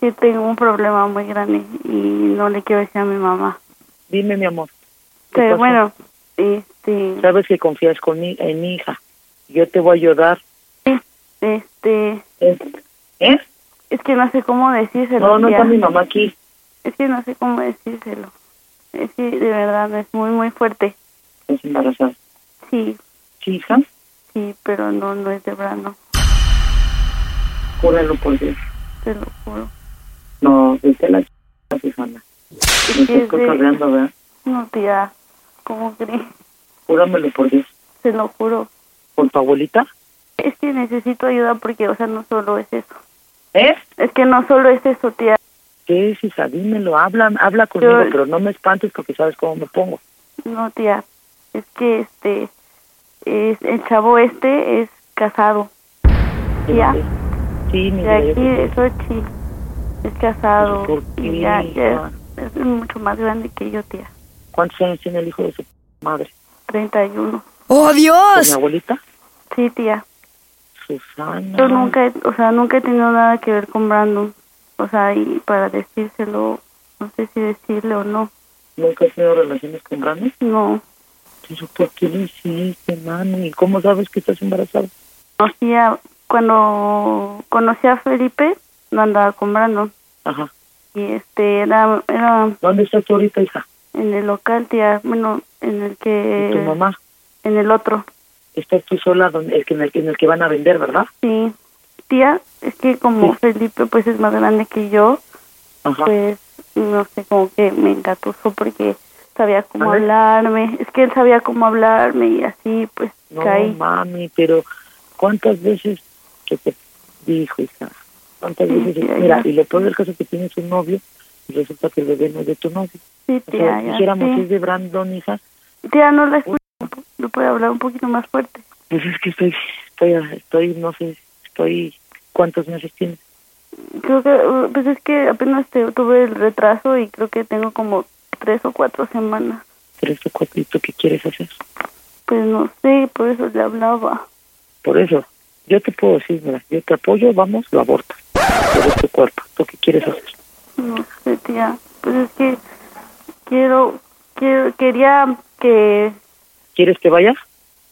que tengo un problema muy grande y no le quiero decir a mi mamá. Dime, mi amor. ¿Qué Pero pasó? bueno, este, Sabes que confías con mi- en mi hija. Yo te voy a ayudar. este, ¿Eh? ¿Eh? es que no sé cómo decírselo. No, no tía. está mi mamá aquí. Es que no sé cómo decírselo. Es que de verdad es muy, muy fuerte. Es embarazada. Sí, ¿Sí, hija? sí, pero no, no es de Brandon, Júralo por Dios. te lo juro. No, vete a la ch... Susana. Me que estás es de- cotorreando, ¿verdad? No, tía, ¿cómo crees? Júramelo por Dios. Se lo juro. ¿Con tu abuelita? Es que necesito ayuda porque, o sea, no solo es eso. ¿Eh? Es que no solo es eso, tía. ¿Qué es, hija? Dímelo, habla, habla conmigo, Yo- pero no me espantes porque sabes cómo me pongo. No, tía. Es que este. Es, el chavo este es casado. Tía. Sí, mi vida, De yo aquí, te- de Sochi. es casado Pues, Pues, ¿Por qué? y ya, ya es, es mucho más grande que yo, tía. ¿Cuántos años tiene el hijo de su madre? 31. ¡Oh, Dios! ¿Con mi abuelita? Sí, tía. Susana. Yo nunca, he- o sea, nunca he tenido nada que ver con Brandon. O sea, y para decírselo, no sé si decirle o no. ¿Nunca has tenido relaciones con Brandon? No. Pero ¿por qué lo hiciste, mami? ¿Y cómo sabes que estás embarazada? Conocí a- cuando conocí a Felipe, no andaba con Brandon. Ajá. Y este, era, era... ¿Dónde estás tú ahorita, hija? En el local, tía. Bueno, en el que... ¿Y tu mamá? En el otro. Estás tú sola donde, es que en, el, que- en el que van a vender, ¿verdad? Sí. Tía, es que como Felipe pues es más grande que yo, Ajá. pues no sé, como que me engatusó porque sabía cómo Ajá. hablarme, es que él sabía cómo hablarme y así pues No, caí. mami, pero ¿cuántas veces que te dijo, hija? ¿Cuántas Sí, veces? tía, Mira, ya. y lo peor del caso es que tienes un novio y resulta que el bebé no es de tu novio. Sí, O tía, sea, ya, dijéramos, sí. es de Brandon, hija. Tía, no la escucho, no puede hablar un poquito más fuerte. Pues es que estoy, estoy, estoy, no sé, estoy, ¿cuántos meses tienes? Creo que, uh, pues es que apenas te- tuve el retraso y creo que tengo como tres o cuatro semanas. Tres o cuatro, ¿y tú qué quieres hacer? Pues no sé, por eso le hablaba. Por eso, yo te puedo decir, mira, yo te apoyo, vamos, lo abortas. Pero es tu cuerpo, ¿tú qué quieres hacer? No sé, tía. Pues es que quiero, quiero quería que ¿Quieres que vaya?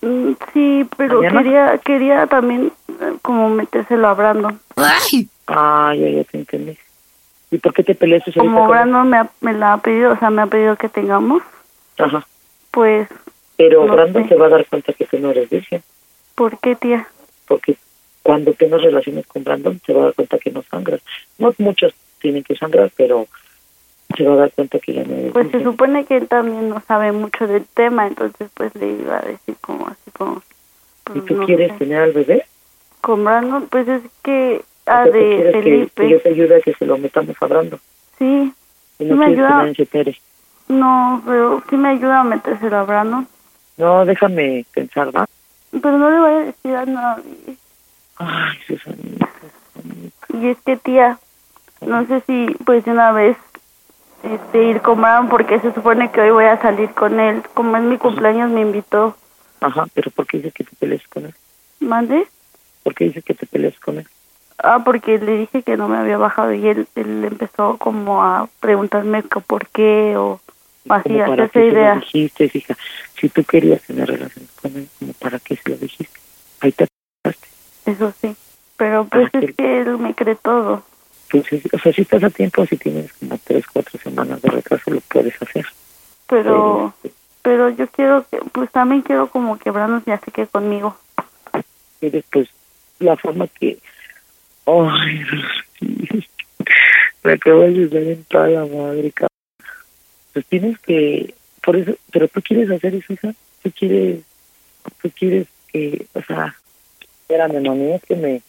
mm, sí, pero ¿Mañana? quería quería también eh, como metérselo a Brandon. ¡Ay! Ah, ya, ya te entendí. ¿Y por qué te peleas ahorita Como con él? Brandon me, ha- me la ha pedido, o sea, me ha pedido que tengamos, Ajá. pues Pero No Brandon sé. se va a dar cuenta que tú no eres virgen, ¿por qué, tía? porque cuando tengas relaciones con Brandon se va a dar cuenta que no sangras. No muchos tienen que sangrar, pero se va a dar cuenta que ya no eres Pues se virgen. supone que él también no sabe mucho del tema, entonces pues le iba a decir como así como pues ¿Y tú no quieres sé. tener al bebé? con Brandon, pues es que ah, ¿O sea, tú de quieres que- que yo Felipe, te ayude a que se lo metamos a Brandon? sí, Y no quieres que Me ayuda. nadie se entere. no, pero sí me ayuda a metérselo a Brandon. No, déjame pensar, ¿va? Pero no le voy a decir a nadie. Ay, Susana. Y es que, tía, no sé si, pues, de una vez este, ir con Bram, porque se supone que hoy voy a salir con él. Como es mi cumpleaños, me invitó. Ajá, pero ¿por qué dices que te peleas con él? ¿Mande? ¿Por qué dices que te peleas con él? Ah, porque le dije que no me había bajado y él, él empezó como a preguntarme que por qué o así, ¿Cómo para qué hacerse se lo idea. dijiste, hija? Si tú querías tener relaciones con él, ¿cómo para qué se lo dijiste? Ahí te atrapaste. Eso sí. Pero pues Ah, es que él me cree todo. Entonces, o sea, si estás a tiempo, si tienes como tres, cuatro semanas de retraso, lo puedes hacer. Pero, pero yo quiero que, pues también quiero como que Brandon ya se quede conmigo. Y después, pues, la forma que... Ay, Dios mío, oh, me acabas de dar en toda la madre, cabrón. Pues tienes que... Por eso, pero tú quieres hacer eso, hija. Tú quieres... Tú quieres que... O sea... Espérame, mami, es que me...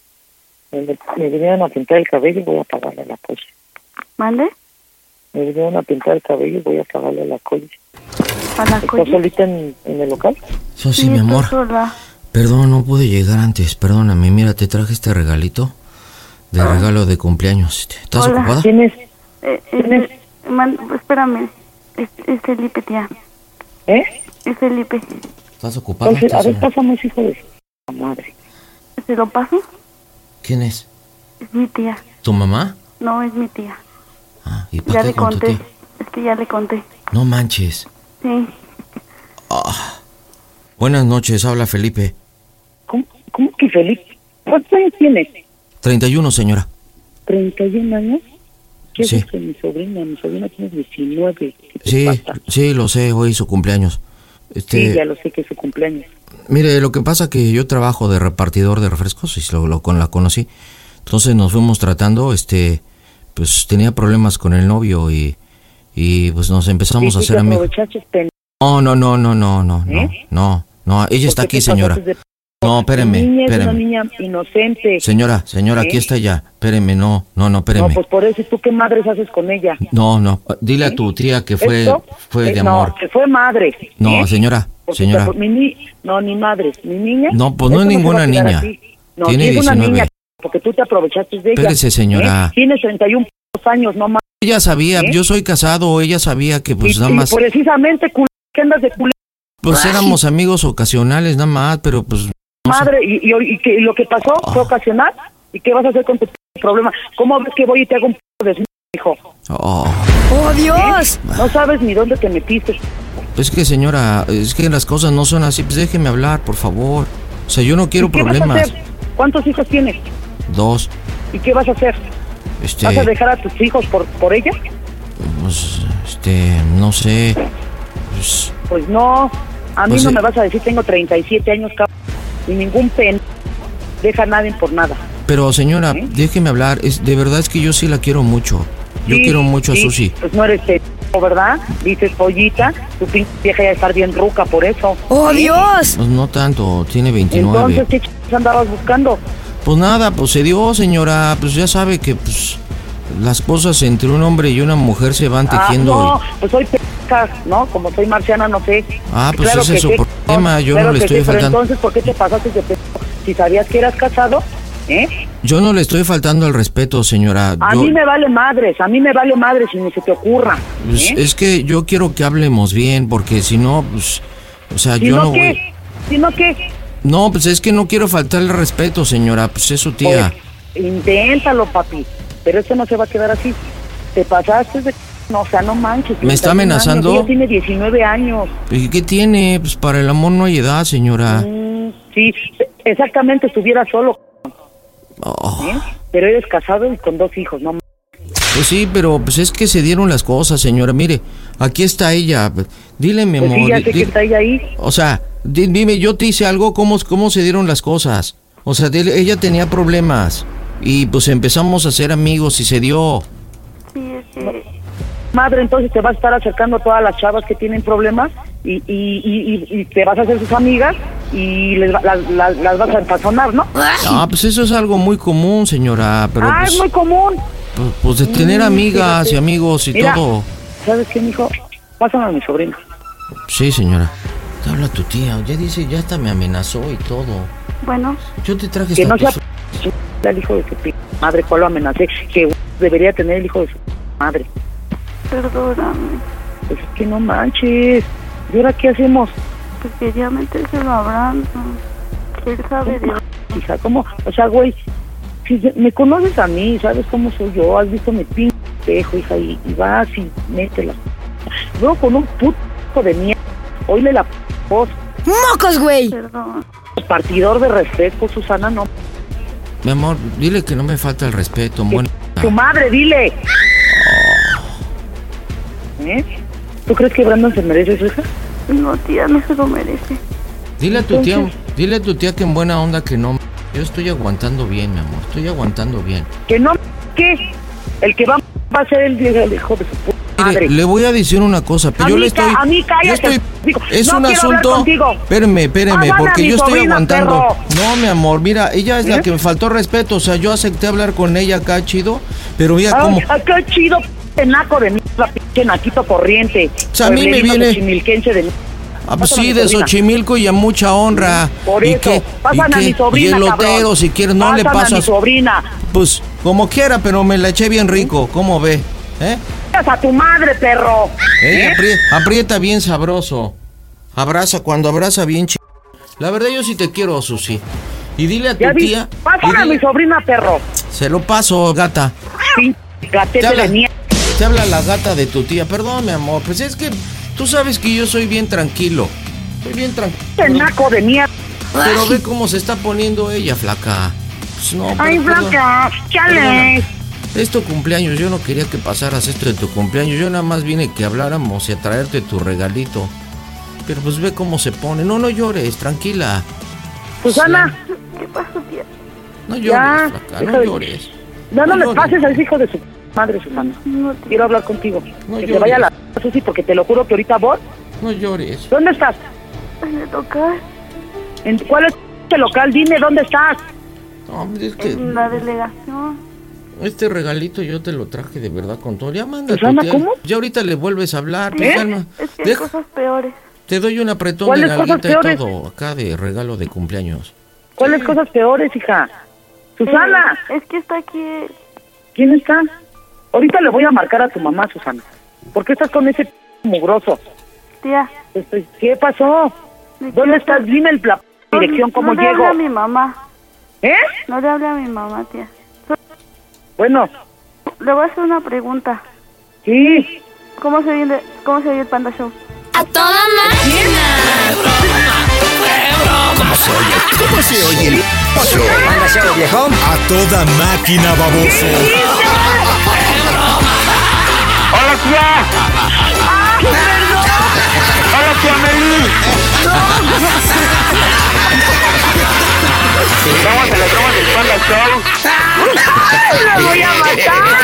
Me, me vinieron a pintar el cabello y voy a pagarle la coche. ¿Mande? Me vinieron a pintar el cabello y voy a pagarle la coche. ¿A la ¿Estás Pues solita en, en el local? Yo sí, mi amor. Perdón, no pude llegar antes. Perdóname, mira, te traje este regalito de regalo de cumpleaños. ¿Estás Hola. ocupada? ¿Quién es? Eh, es- es- man- espérame, es, es Felipe, tía. ¿Eh? Es Felipe. ¿Estás ocupada? Entonces, a ¿Estás ver, en- pásame ese hijo de su madre. ¿Se lo paso? ¿Quién es? Es mi tía. ¿Tu mamá? No, es mi tía. ¿Y para Ya qué le con tu conté. tía? Es que ya le conté. No manches. Sí. Ah. Buenas noches, habla Felipe. ¿Cómo que Felipe? ¿Cuántos años tienes? 31, señora. 31 años. ¿Qué Sí. haces con mi sobrina? Mi sobrina tiene 19. Sí, sí, lo sé, hoy es su cumpleaños. Este, Sí, ya lo sé que es su cumpleaños. Mire, lo que pasa que yo trabajo de repartidor de refrescos y lo, lo- con la conocí. Entonces nos fuimos tratando, este, pues tenía problemas con el novio y, y pues nos empezamos Sí, sí, a hacer te amigos. este No, no, no, no, no, no, ¿Eh? no, no, ella está aquí, señora. No, Mi espéreme, niña es una espéreme. niña inocente. Señora, señora, ¿Eh? aquí está ya. Espéreme, no, no, no, No, espéreme. pues por eso, ¿y ¿tú qué madres haces con ella? No, no, dile a tu tía que fue, ¿Esto? fue de Eh, no, amor. que fue madre. No, ¿eh? señora, Porque señora. pues, tampoco- mi ni- no, ni madres, mi niña. No, pues no eso es se va a ninguna quedar niña. así. No, Tiene sí es una 19. niña, porque tú te aprovechaste de ella. Espérese, señora. ¿eh? Tienes 31 años, no más. Ella sabía, ¿Eh? yo soy casado, ella sabía que pues Y- nada y más... precisamente, cul- ¿qué andas de culé? Pues Ay, éramos amigos ocasionales nada más, pero pues... no sé. Madre, y, y- y que lo que pasó Ah. fue ocasional. ¿Y qué vas a hacer con tu p- problema? ¿Cómo ves que voy y te hago un p- de hijo? Oh, ¡Oh, Dios! No sabes ni dónde te metiste. es que señora, es que las cosas no son así, pues déjeme hablar, por favor. O sea, yo no quiero ¿Y qué vas a problemas. hacer? ¿Cuántos hijos tienes? Dos, ¿Y qué vas a hacer? este... ¿Vas a dejar a tus hijos por, por ella? Pues, este, no sé. Pues, Pues no. A mí Pues, no eh. me vas a decir, tengo 37 años, cabrón. Y ningún pen deja a nadie por nada. pero señora, déjeme hablar. Es, de verdad es que yo sí la quiero mucho. Yo Sí, quiero mucho sí, a Susi. Pues no eres pendejo, ¿verdad? Dices pollita, tu pinche vieja ya estar bien ruca por eso. ¡Oh, Dios! Pues no tanto, tiene 29. Entonces, ¿qué chingados andabas buscando? Pues nada, pues se dio, señora. Pues ya sabe que pues las cosas entre un hombre y una mujer se van Ah, tejiendo. no, pues soy pendeja, ¿no? Como soy marciana, no sé. Ah, pues ese es su sí, problema, yo no claro le que estoy sí, Pero faltando. entonces, ¿por qué te pasaste de pendejo? Si sabías que eras casado, ¿eh? Yo no le estoy faltando al respeto, señora. A Yo- mí me vale madres, a mí me vale madres y ni se te ocurra. pues, ¿eh? Es que yo quiero que hablemos bien, porque si no, pues, o sea, Si yo no, no voy. ¿qué? Si no, ¿qué? No, pues es que no quiero faltarle al respeto, señora. Pues es su tía. Inténtalo, papi. Pero esto no se va a quedar así. Te pasaste de... No, o sea, no manches. ¿Me está 31 amenazando? años. Ella tiene 19 años. ¿Y ¿Qué tiene? Pues para el amor no hay edad, señora. Mm, sí, exactamente, estuviera solo. Oh. ¿eh? Pero eres casado y con dos hijos, no m- Pues sí, pero pues es que se dieron las cosas, señora. Mire, aquí está ella. Dile, mi Pues sí, amor. ya di- sé que di- está ella ahí. O sea, di- dime, yo te hice algo, ¿cómo, cómo se dieron las cosas? O sea, de- ella tenía problemas y pues empezamos a ser amigos y se dio. Madre, entonces te vas a estar acercando a todas las chavas que tienen problemas y, y, y- y- y te vas a hacer sus amigas y les va- las, las- las vas a empazonar, ¿no? Ah, pues eso es algo muy común, señora, pero ah, pues, es muy común. pues- pues de tener Mm, amigas fíjate. y amigos y Mira, todo. ¿Sabes qué, mijo? Pásame a mi sobrina. Sí, señora. Te habla tu tía, ya dice, ya hasta me amenazó y todo. Bueno. Yo te traje Que esta no sea p- el hijo de su p- madre, cuál lo amenacé, que debería tener el hijo de su p- madre. Perdóname. Pues es que no manches. ¿Y ahora qué hacemos? Pues quería meterse el abrazo. Él sabe de... Hija, ¿cómo? O sea, güey, si se- me conoces a mí, sabes cómo soy yo, has visto mi pinche espejo, hija, y, y vas y métela. Luego con un puto de mierda, oíle la p- voz. ¡Mocos, güey! Perdón. Partidor de respeto, Susana, no. Mi amor, dile que no me falta el respeto, bueno. Tu madre, dile. ¿Eh? ¿Tú crees que Brandon se merece eso, hija? No, tía, no se lo merece. Dile a tu tía, Entonces- dile a tu tía que en buena onda que no. Yo estoy aguantando bien, mi amor, estoy aguantando bien. Que no, ¿qué? El que va, va a ser el, el hijo de su p- Mire, madre. le voy a decir una cosa, pero yo le Amica, estoy. a mí cállate, yo estoy- digo, es no un quiero hablar asunto. contigo. Espérame, espérame, Háblale a porque mi yo estoy sobrino, aguantando. perro. No, mi amor, mira, ella es la ¿Eh? que me faltó respeto. O sea, yo acepté hablar con ella acá, chido, pero mira cómo. Ay, qué chido, p- naco de mierda, pinche naquito corriente. O sea, a mí me Pueblerino viene- xochimilquense de mierda. Ah, pues Pásame a sí, mi de sobrina. Xochimilco y a mucha honra. Por ¿Y eso, qué? pasan a mi sobrina, Y el cabrón. si quieres, no le Pasan a pasas. mi sobrina. Pues como quiera, pero me la eché bien rico. ¿Cómo ve? ¿Eh? A tu madre, perro. ¿Eh? Ella apri- aprieta bien sabroso. Abraza cuando abraza bien ch... La verdad yo sí te quiero, Susi. Y dile a tu Ya vi. tía. Pásame a mi sobrina, perro. Se lo paso, gata. Pinche gatete de mierda. Te habla la gata de tu tía. Perdón, mi amor. Pues es que tú sabes que yo soy bien tranquilo. Soy bien Pinche tranquilo. naco de mierda. Pero ve cómo se está poniendo ella, flaca. Pues no, pero Ay, perdón. Blanca, chale. Perdóname. Es tu cumpleaños, yo no quería que pasaras esto de tu cumpleaños, yo nada más vine que habláramos y a traerte tu regalito. Pero pues ve cómo se pone, no, no llores, tranquila. Susana, ¿Qué pasó, tía? No Ya, llores, flaca, deja no de- llores. no, no No me llores. pases al hijo de su madre, Susana. Quiero hablar contigo. que te llores. vaya la Susi, porque te lo juro que ahorita vos. No llores. ¿Dónde estás? En el local, ¿En ¿Cuál es el local? Dime, ¿dónde estás? No, hombre, es que en la delegación. este regalito yo te lo traje de verdad con todo. Ya manda a tu Susana, tía. ¿cómo? Ya ahorita le vuelves a hablar, pues, calma. Es que hay Deja- cosas peores. te doy un apretón de ¿Cuáles cosas nalguita y peores? todo acá de regalo de cumpleaños. ¿Cuáles cosas peores, hija? Susana, Eh, es que está aquí. él. ¿quién está? Ahorita le voy a marcar a tu mamá, Susana. ¿Por qué estás con ese p- mugroso? Tía. Estoy- ¿Qué pasó? ¿Dónde estás? Dime el, la p- dirección, no ¿cómo le llego? hablé a mi mamá. ¿Eh? No le hablé a mi mamá, tía. Bueno. Le voy a hacer una pregunta. Sí. ¿Cómo se oye, cómo se oye el Panda Show? A toda ¿Cómo se oye? ¿Cómo se oye el show? viejón? A toda máquina, baboso. ¡Hola, tía! Ah, ¡Hola, tía Meli! ¿Cómo se la toman del Panda Show? ¡La voy a matar!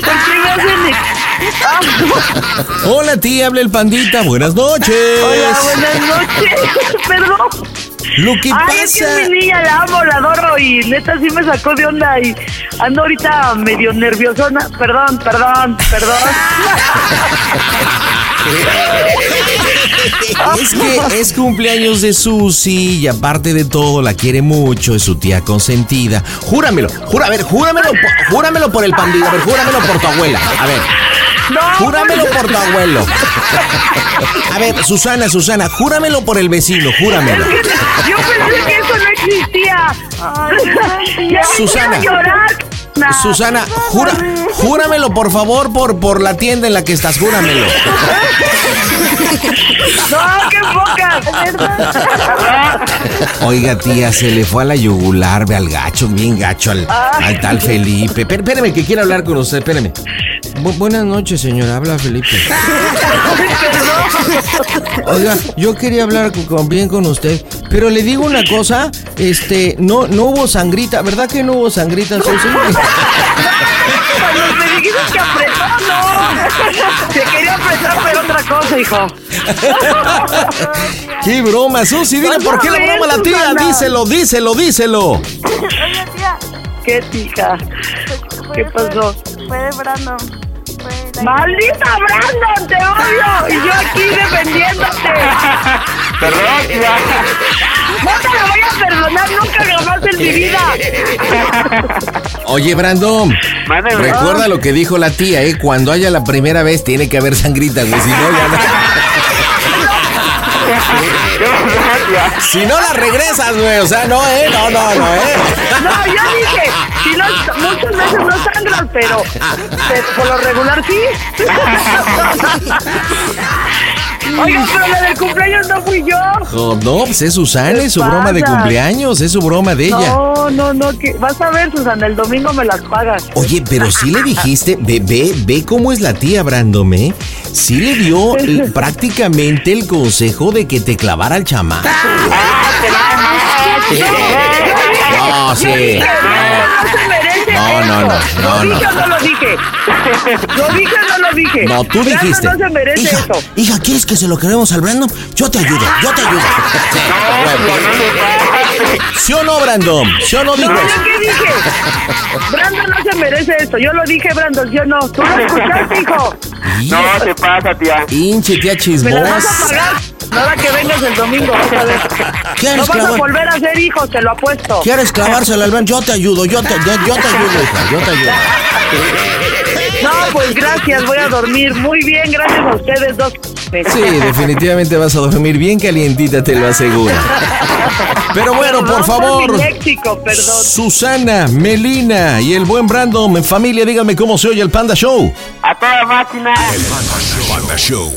¿Por qué me hacen el- Ah, Hola tía, habla el pandita. Buenas noches. Hola, buenas noches. Perdón. Lo que Ay, pasa. es que es mi niña, la amo, la adoro y neta sí me sacó de onda y ando ahorita medio nerviosona. Perdón, perdón, perdón. Es que es cumpleaños de Susi y aparte de todo la quiere mucho, es su tía consentida. Júramelo, jura, a ver, júramelo, po- júramelo por el pandita, a ver, júramelo por tu abuela. A ver. júramelo por tu abuelo. A ver, Susana, Susana, júramelo por el vecino, júramelo. Yo pensé que eso no existía. Ya me Susana. quiero llorar. Susana, jura, júramelo por favor por, por la tienda en la que estás, júramelo. No, qué poca. Oiga, tía, se le fue a la yugular, ve al gacho, bien gacho, al, al tal Felipe. Espé- Espéreme, que quiero hablar con usted, espéreme. buenas noches, señora, habla Felipe. Oiga, yo quería hablar con- con- bien con usted, pero le digo una cosa, este, no, no hubo sangrita, ¿verdad que no hubo sangrita, Susi? Cuando me dijiste que apretó, no. Te quería apretar, pero otra cosa, hijo. ¡Qué broma, Susi! Dile por qué la broma a la tía, díselo, díselo, díselo. ¿Qué tija? ¿Qué pasó? Fue de Brandon. ¡Maldita Brandon! ¡Te odio! Y yo aquí defendiéndote. Perdón, tía. No te lo voy a perdonar nunca jamás en mi vida. Oye, Brandon, recuerda lo que dijo la tía, ¿eh? Cuando haya la primera vez tiene que haber sangrita, güey, si no ya Ah, no. Si no la regresas, güey, o sea, no, ¿eh? No, no, no, ¿eh? No, yo dije, si no, muchas veces no sangras, pero, pero por lo regular sí. Oigan, pero la del cumpleaños no fui yo. Jo- No, pues es Susana, es su ¿Qué broma de pasa? cumpleaños, es su broma de ella. No, no, no, que vas a ver, Susana, el domingo me las pagas. Oye, pero sí le dijiste, ve, ve, ve cómo es la tía ¿eh? Brandome. Sí le dio l- prácticamente el consejo de que te clavara el chamán. Ah, No, sí. Yo dije, no, no se merece No, no, no, eso. no, ¿Lo dije no. o no lo dije? ¿Lo dije o no lo dije? No, tú Brandon dijiste. no se merece hija, eso. hija, ¿quieres que se lo creemos al Brandon? Yo te ayudo, yo te ayudo. Sí, bueno. ¿Sí o no, Brandon? ¿Sí o no, pues? digo? ¿Yo qué dije? Brandon no se merece esto. Yo lo dije, Brandon, yo no. Tú lo escuchaste, hijo. No, te pasa, tía. Hinche, tía Me la vas a chismosa. pagar. Nada que vengas el domingo, vas a ver. ¿Quieres No vas a clavar? volver a ser hijo, te lo apuesto. ¿Quieres clavársela al Brandon? Yo te ayudo, yo te, yo, yo te ayudo, hija, yo te ayudo. No, pues gracias, voy a dormir. Muy bien, gracias a ustedes dos. Sí, definitivamente vas a dormir bien calientita, te lo aseguro. Pero bueno, por Perdón favor. mi léxico, perdón. Susana, Melina y el buen Brandon, familia, díganme cómo se oye el Panda Show. A toda máquina. Panda Show.